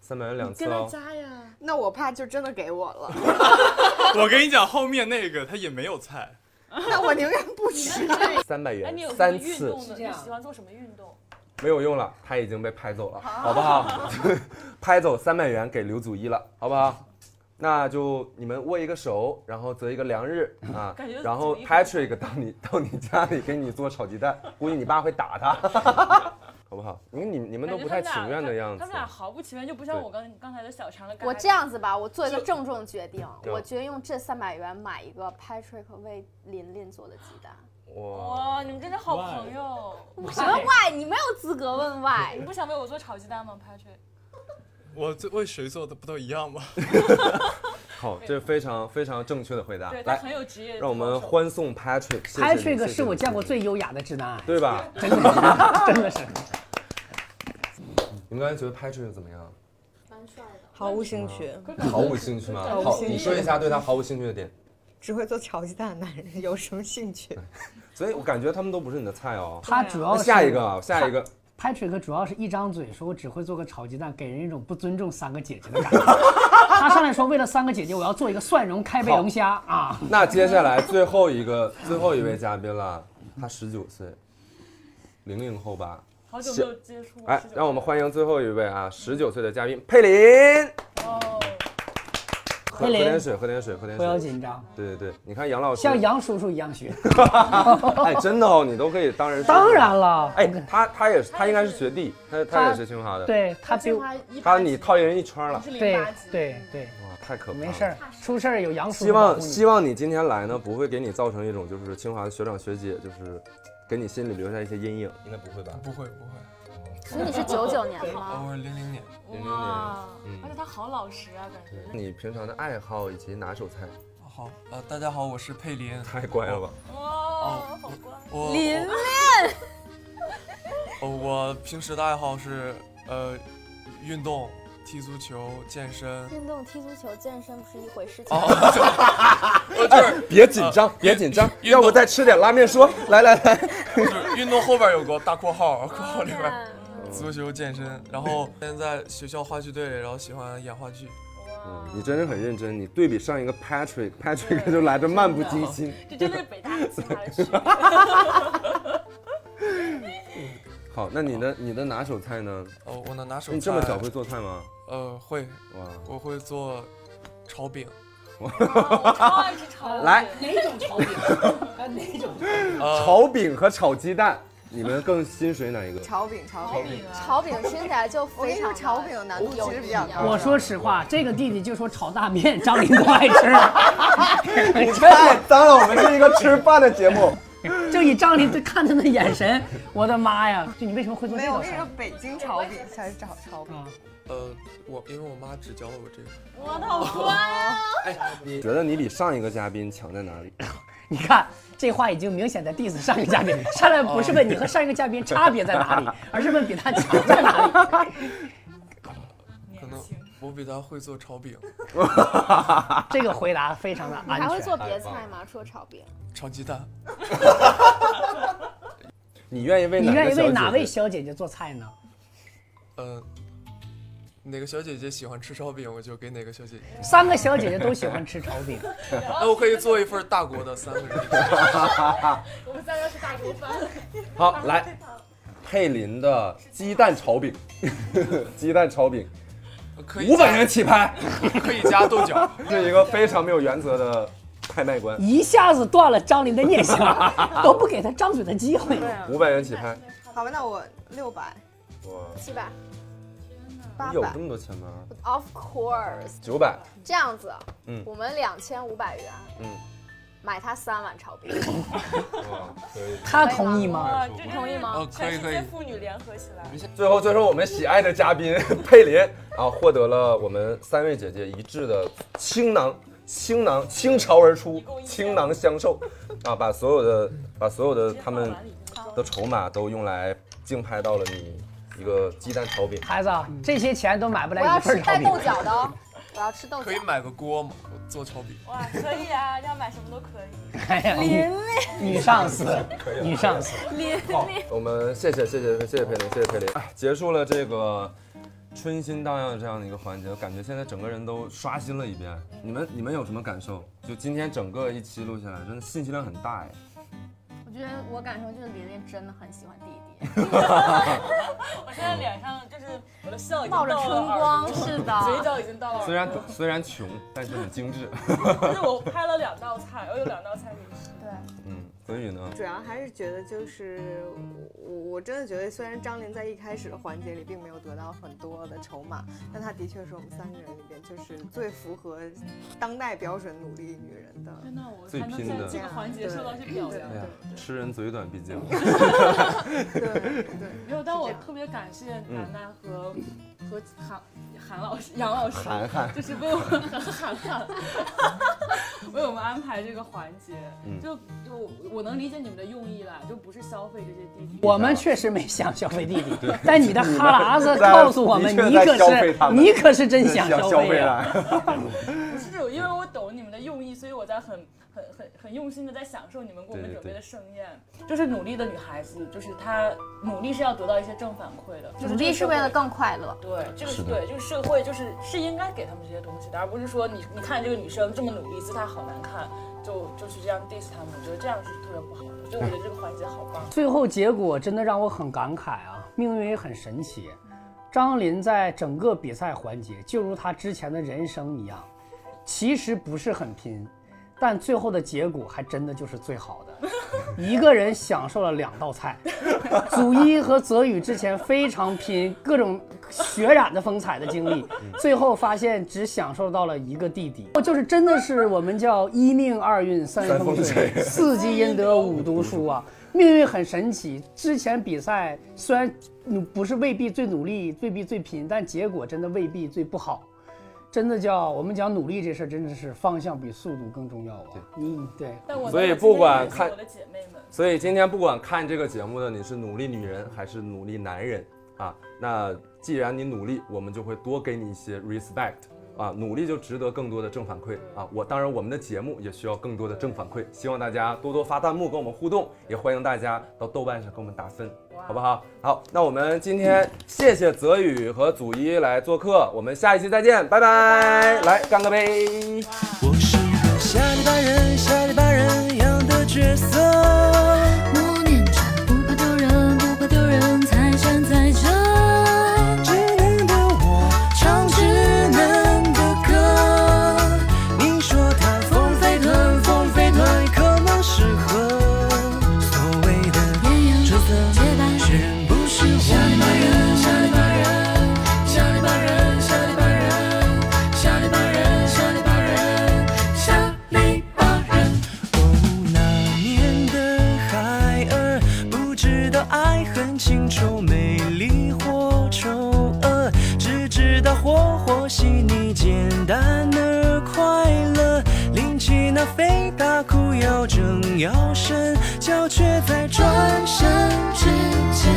S1: 三百元两次
S3: 跟他
S1: 哦。
S3: 加呀，
S4: 那我怕就真的给我 了，
S9: 我跟你讲，后面那个他也没有菜，
S4: 那我宁愿不吃。
S1: 三百
S3: 哎，你
S1: 元
S3: 有什么
S1: 三
S3: 运
S1: 次
S3: 动的？你喜欢做什么运动？
S1: 没有用了，他已经被拍走了，好不好？ 拍走三百元给刘祖一了，好不好？那就你们握一个手，然后择一个良日啊
S3: 感觉，
S1: 然后
S3: 祖一
S1: Patrick 到你到你家里给你做炒鸡蛋，估计你爸会打 他，好不好？因为你你们都不太
S3: 感觉他
S1: 情
S3: 们俩
S1: 愿的样子
S3: 他们。俩毫不情愿，就不像我刚刚才的小肠了。
S5: 我这样子吧，我做一个郑重的决定，
S1: 这
S5: 我决定用这三百元买一个 Patrick 为琳琳做的鸡蛋。
S1: 哇，
S3: 哇，你们真是好朋友！
S5: 什么 why？你没有资格问 why
S3: 你。
S1: 嗯
S3: 不想为我做炒鸡蛋吗，Patrick？
S9: 我这为谁做的不都一样吗？
S1: 好，这是非常非常正确的回答
S3: 对，。他
S1: 来
S3: 很，有职业。
S1: 让我们。欢送 Patrick 谢谢你。
S2: 拍
S1: 谢
S2: 这
S1: 谢
S2: 个
S1: 你
S2: 是我见过，最优雅的直男 癌，
S1: 对吧？
S2: 真的是，真的是。
S1: 你们刚才觉得 Patrick 怎么样？
S7: 蛮帅的。
S4: 毫无兴趣，
S1: 毫无兴趣吗？
S4: 毫无
S1: 好，
S4: 兴
S1: 你
S4: 趣
S1: 说一下对他毫无兴趣的点。
S4: 只会做炒鸡蛋的男人有什么兴趣？
S1: 所以我感觉他们都不是你的菜哦。
S2: 他主要
S1: 那
S2: 是
S1: 下一个啊，下一个，
S2: Patrick 主要是一张嘴说我只会做个炒鸡蛋，给人一种不尊重三个姐姐的 感觉。他上来说为了三个姐姐，我要做一个蒜蓉开背龙虾啊！
S1: 那接下来最后一个， 最后一位嘉宾了，他十九岁，零零后吧。
S3: 好久没有接触
S2: 哦
S3: 过。
S1: 哎
S3: 是，的
S1: 让我们欢迎最后一位啊，十九岁的嘉宾佩林。
S3: 哦，
S1: 喝喝
S2: 佩林
S1: 点水，喝点水，喝点
S2: 不要
S1: 水。
S2: 紧张，
S1: 对对对，你看杨老师，
S2: 像杨叔叔一样学。
S1: 哎，真的哦，你都可以当人。
S2: 当然。了，
S1: 哎，他他也是，他应该是学弟，他他
S2: 他
S1: 也是清华的。，
S2: 对他比
S3: 清
S2: 我
S3: 华一
S1: 他
S3: 八
S1: 你
S3: 级，
S1: 套一人一圈
S3: 你
S1: 了
S3: 是，
S2: 对
S3: 零八级。
S2: 对对，
S1: 哇，太可怕了。
S2: 没事儿，出事儿有杨叔
S1: 啊希
S2: 叔保护
S1: 望
S2: 你。
S1: 希望你今天来呢，不会给你造成一种就是清华的学长学姐，就是给你心里留下一些阴影。应该不会吧？
S9: 不会不会，
S5: 所以你是九九年
S1: 嗯
S5: 吗？
S9: 我是零零年。
S1: 零零
S3: 哇
S1: 年嗯，
S3: 而且他好老实啊，感觉。
S1: 你平常的爱好以及拿手菜，
S10: 好，呃，大家好，我是佩林。
S1: 太乖了吧？
S3: 哇，好乖。
S10: 我
S5: 琳
S10: 琳。哦，我平时的爱好是呃，运动、踢足球、健身。
S5: 运动、踢足球、健身不是一回事情。
S10: 哦，
S1: 别紧张，别紧 张，要不再吃点拉面说？来来来，
S10: 就是运动后边有个大括号，括号里边
S1: 嗯
S10: 足球、健身。然后现在在学校话剧队，然后喜欢演话剧。
S1: 嗯 你真是很认真。你对比上一个 Patrick，Patrick 就来的漫不经 心。
S3: 这真的是北大和清华的区别。
S1: 好，那你的你的拿手菜呢？
S10: 哦，我能拿手菜。
S1: 你这么小会做菜吗？
S10: 呃，会，
S1: 哇，
S10: 我会做炒饼。
S3: 我超爱吃炒饼。
S1: 来
S2: 哪种炒饼？啊哪种？
S10: 呃，
S1: 炒饼和炒鸡蛋，你们更心水哪一个？
S4: 炒饼，炒
S3: 炒
S4: 饼。
S3: 饼啊，
S5: 炒饼听起来就
S4: 我跟
S5: 非
S4: 你说，
S5: 常
S4: 炒饼的难度其实比较高。
S2: 我说实话，这个弟弟就说炒大面，张琳都爱吃。
S1: 太脏了，我们是一个吃饭的节 目。
S2: 就以张琳对看他的眼神，我的妈呀！就你为什么会做
S4: 没
S2: 这
S4: 有，我
S2: 道
S4: 跟你说
S2: 菜？，
S4: 北京炒饼才是炒炒饼。
S2: 啊，
S3: 嗯
S10: 呃，我因为我妈只教了我这个。
S3: 哇，他好乖啊！
S1: 你觉得你比上一个嘉宾强在哪里？
S2: 你看这话已经明显在 diss 上一个嘉宾，上来不是问你和上一个嘉宾差别在哪里，而是问比他强在哪里。
S10: 可能我比他会做炒饼、
S2: 这个回答非常的安全。
S5: 还会做别菜吗？除了炒饼，
S10: 炒鸡蛋。
S1: 你愿意为
S2: 你
S1: 哪
S2: 愿
S1: 个
S2: 意
S1: 小
S2: 为哪
S1: 姐
S2: 位
S1: 姐
S2: 小姐姐做菜呢？
S10: 呃，哪个小姐姐喜欢吃烧饼，我就给哪个小姐姐。
S2: 三个小姐姐都喜欢吃炒饼，
S10: 那我可以做一份 大锅的，三个人一起。
S3: 我们三个是大锅饭。
S1: 好来？佩林的鸡蛋炒饼， 鸡蛋炒饼，
S10: 以
S1: 五百元起拍，
S10: 可以加豆角，
S1: 是一个非常没有原则的拍卖官，
S2: 一下子断了张琳的念想， 都不给他张嘴的机会。
S7: 啊
S1: 五百元起拍，
S4: 好吧，那我六百、
S1: 哇，
S7: 七百、
S4: 八
S1: 有
S4: 百
S1: 这，么多钱吗？
S7: ，Of course，
S1: 九百，
S7: 这样子，啊
S1: 嗯
S7: 我们两千五百元
S1: 嗯，
S7: 买他三碗炒 饼，
S1: 哇，可以。
S2: 他同意吗？
S3: 啊，这同意吗
S10: 嗯？可
S3: 全
S10: 以
S3: 世
S10: 可以
S3: 界妇女联合起来，
S1: 最后，最后我们喜爱的嘉宾 佩林啊，获得了我们三位姐姐一致的倾囊、倾囊、倾巢而出、倾囊相授啊，把所有的、把所有的他们的筹码都用来竞拍到了你一个鸡蛋炒饼。
S2: 孩子啊，这些钱都买不
S7: 嗯我
S2: 来
S7: 要
S2: 一份
S7: 吃
S2: 儿炒
S7: 带
S2: 饼
S7: 豆。角的哦，我要吃豆角
S10: 可以。买个锅嘛，做炒饼。
S3: 哇，可以啊，要买什么都可以。
S2: 哎呀，女女上司，女上司，
S1: 我们谢谢谢谢谢谢佩林，谢谢佩林。哎，结束了这个春心荡漾的这样的一个环节，我感觉现在整个人都刷新了一遍。你们你们有什么感受？就今天整个一期录下来，真的信息量很大哎。
S5: 我觉得我感受就是琳琳真的很喜欢弟弟，
S3: 我现在脸上就是我的笑已经
S5: 冒着
S3: 到了
S5: 春
S3: 耳
S5: 光，是
S3: 嘴
S5: 的。
S3: 角已经到了耳
S1: 虽
S3: 朵，
S1: 然虽然穷，但是很精致。
S3: 但是我拍了两道菜，我有两道菜可以吃。
S5: 对，
S1: 嗯，所以呢，
S4: 主要还是觉得就是我我真的觉得，虽然张琳在一开始的环节里并没有得到很多的筹码，但她的确是我们三个人里边就是最符合当代标准努力女人的。
S3: 真的，我
S1: 最
S3: 才能
S1: 拼
S3: 在
S1: 的
S3: 这个环节受到这表扬
S1: 哎。呀，吃人嘴短，毕竟。
S4: 对对，
S3: 没有，但
S4: 是
S3: 我
S4: 这样
S3: 特别感谢
S1: 嗯
S3: 楠楠和、和韩韩老师、杨老师，
S1: 涵涵，
S3: 就是 为我们韩寒，为我们安排这个环节。
S1: 嗯
S3: 就就我我能理解你们的用意啦，就不是消费这些弟弟。
S2: 我们确实没想消费弟弟， 但你的哈喇 子
S1: 在
S2: 告诉我们，
S1: 的确
S2: 你
S1: 在
S2: 可
S1: 消费
S2: 是
S1: 他们
S2: 你可是真想
S1: 消
S2: 消费啊！
S1: 了。
S3: 不是，因为我懂你们的用意，所以我在很很很很用心的在享受你们给我们
S1: 对对
S3: 准备
S1: 对
S3: 的盛宴。就是努力的女孩子，就是她努力是要得到一些正反馈的，就是
S5: 努力是为了
S3: 更。
S5: 更快乐。
S3: 对，这个
S1: 是
S3: 是
S1: 的
S3: 对，就是社会就是是应该给他们这些东西的，而不是说你你看这个女生这么努力，姿态好难看，就就是这样 diss 他们，我觉得这样是特别不好的。所以我觉得这个环节好棒。
S2: 最后结果真的让我很感慨啊，命运也很神奇。张琳在整个比赛环节，就如她之前的人生一样，其实不是很拼，但最后的结果还真的就是最好的。 一个人享受了两道菜， 祖一和泽宇之前非常拼各种血染的风采的经历，
S1: 嗯
S2: 最后发现只享受到了一个弟弟，就是真的是我们叫一命二运三
S1: 三
S2: 风
S1: 风
S2: 水，
S1: 水
S2: 四季阴德五读书啊，命运很神奇。之前比赛虽然努不是未必最努力，未必最拼，但结果真的未必最不好。真的叫我们讲努力这事儿，真的是方向比速度更重要啊！你对
S3: 但我
S1: 所以
S3: 能够
S1: 不管
S3: 今天也
S1: 看
S3: 是我的姐妹们，
S1: 所以今天不管看这个节目的你是努力女人还是努力男人啊，那既然你努力，我们就会多给你一些 respect。啊，努力就值得更多的正反馈啊！我当然，我们的节目也需要更多的正反馈，希望大家多多发弹幕跟我们互动，也欢迎大家到豆瓣上给我们打分，好不好？好，那我们今天谢谢泽宇和祖一来做客，我们下一期再见，拜拜来干个杯！
S11: 我是个下里巴人，下里巴人一样的角色。
S12: 默念着不怕丢人，不怕丢人，才站在这。
S11: 只能的我
S12: 唱只能的歌，
S11: 你说它
S12: 风飞腾，风飞腾，
S11: 可能适合所谓的
S12: 艳阳
S11: 角色，
S12: 洁白。
S11: 是人不是
S12: 下里巴
S11: 我。
S12: 人，下里巴人，下里巴人，下里巴人，下里巴人，下里巴人，下里巴人。
S11: 哦，那年的孩儿不知道爱恨情仇、美丽或丑恶，只知道活活细腻、简单而快乐。拎起那肥大裤，要正要伸，脚却在转
S12: 转身之间，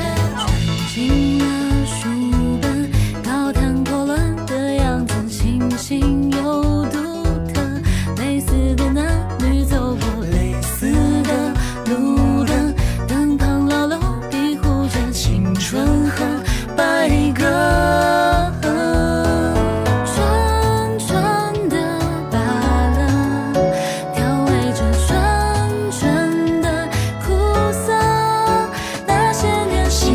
S12: 卷进了书本，高谈阔论的样子清新又独特。类似的男女走过类似的路灯，灯旁老楼庇护着青春和白鸽。串串的芭乐，调味着串串的苦涩。那些年，喜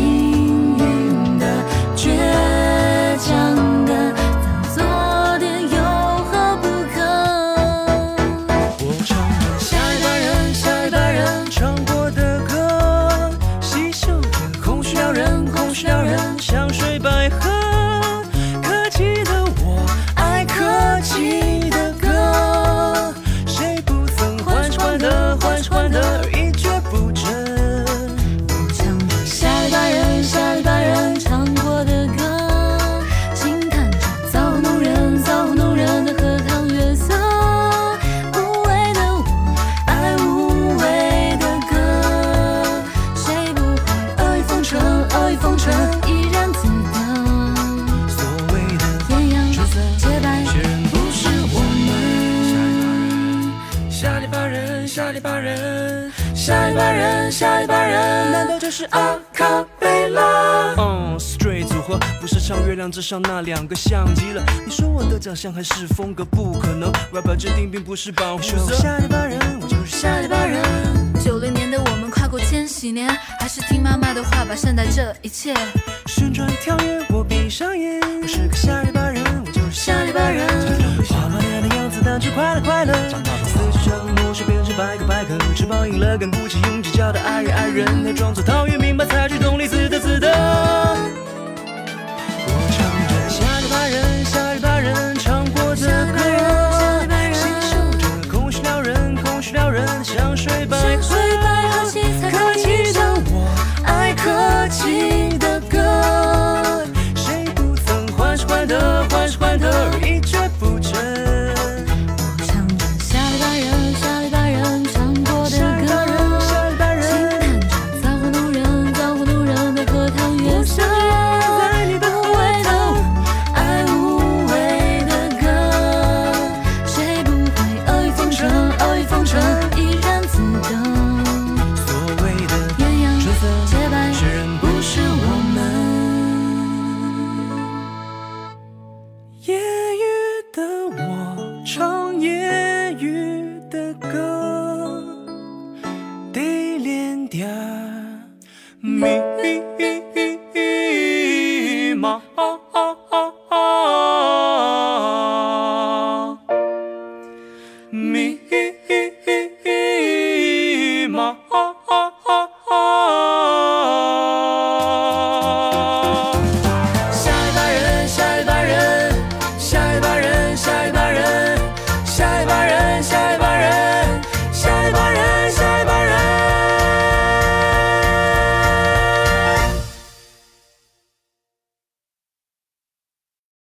S11: 一把人，下一把人，下一把人，难道这是阿卡贝拉？嗯，Stray 组合不是唱月亮之上那两个像极了。你说我的长相还是风格，不可能，rapper 制定并不是保护色。下一把人，我就是下一把人。
S12: 九零年的我们跨过千禧年，还是听妈妈的话吧，善待这一切。
S11: 旋转跳跃，我闭上眼，我是个下一把人，我就是下一把人。花落脸的样子，单纯快乐快乐。四处找个魔术，变成白鸽白鸽，吃饱硬了，敢鼓起勇气叫他爱人爱人，还装作讨厌，明白才去懂你自的自的。啊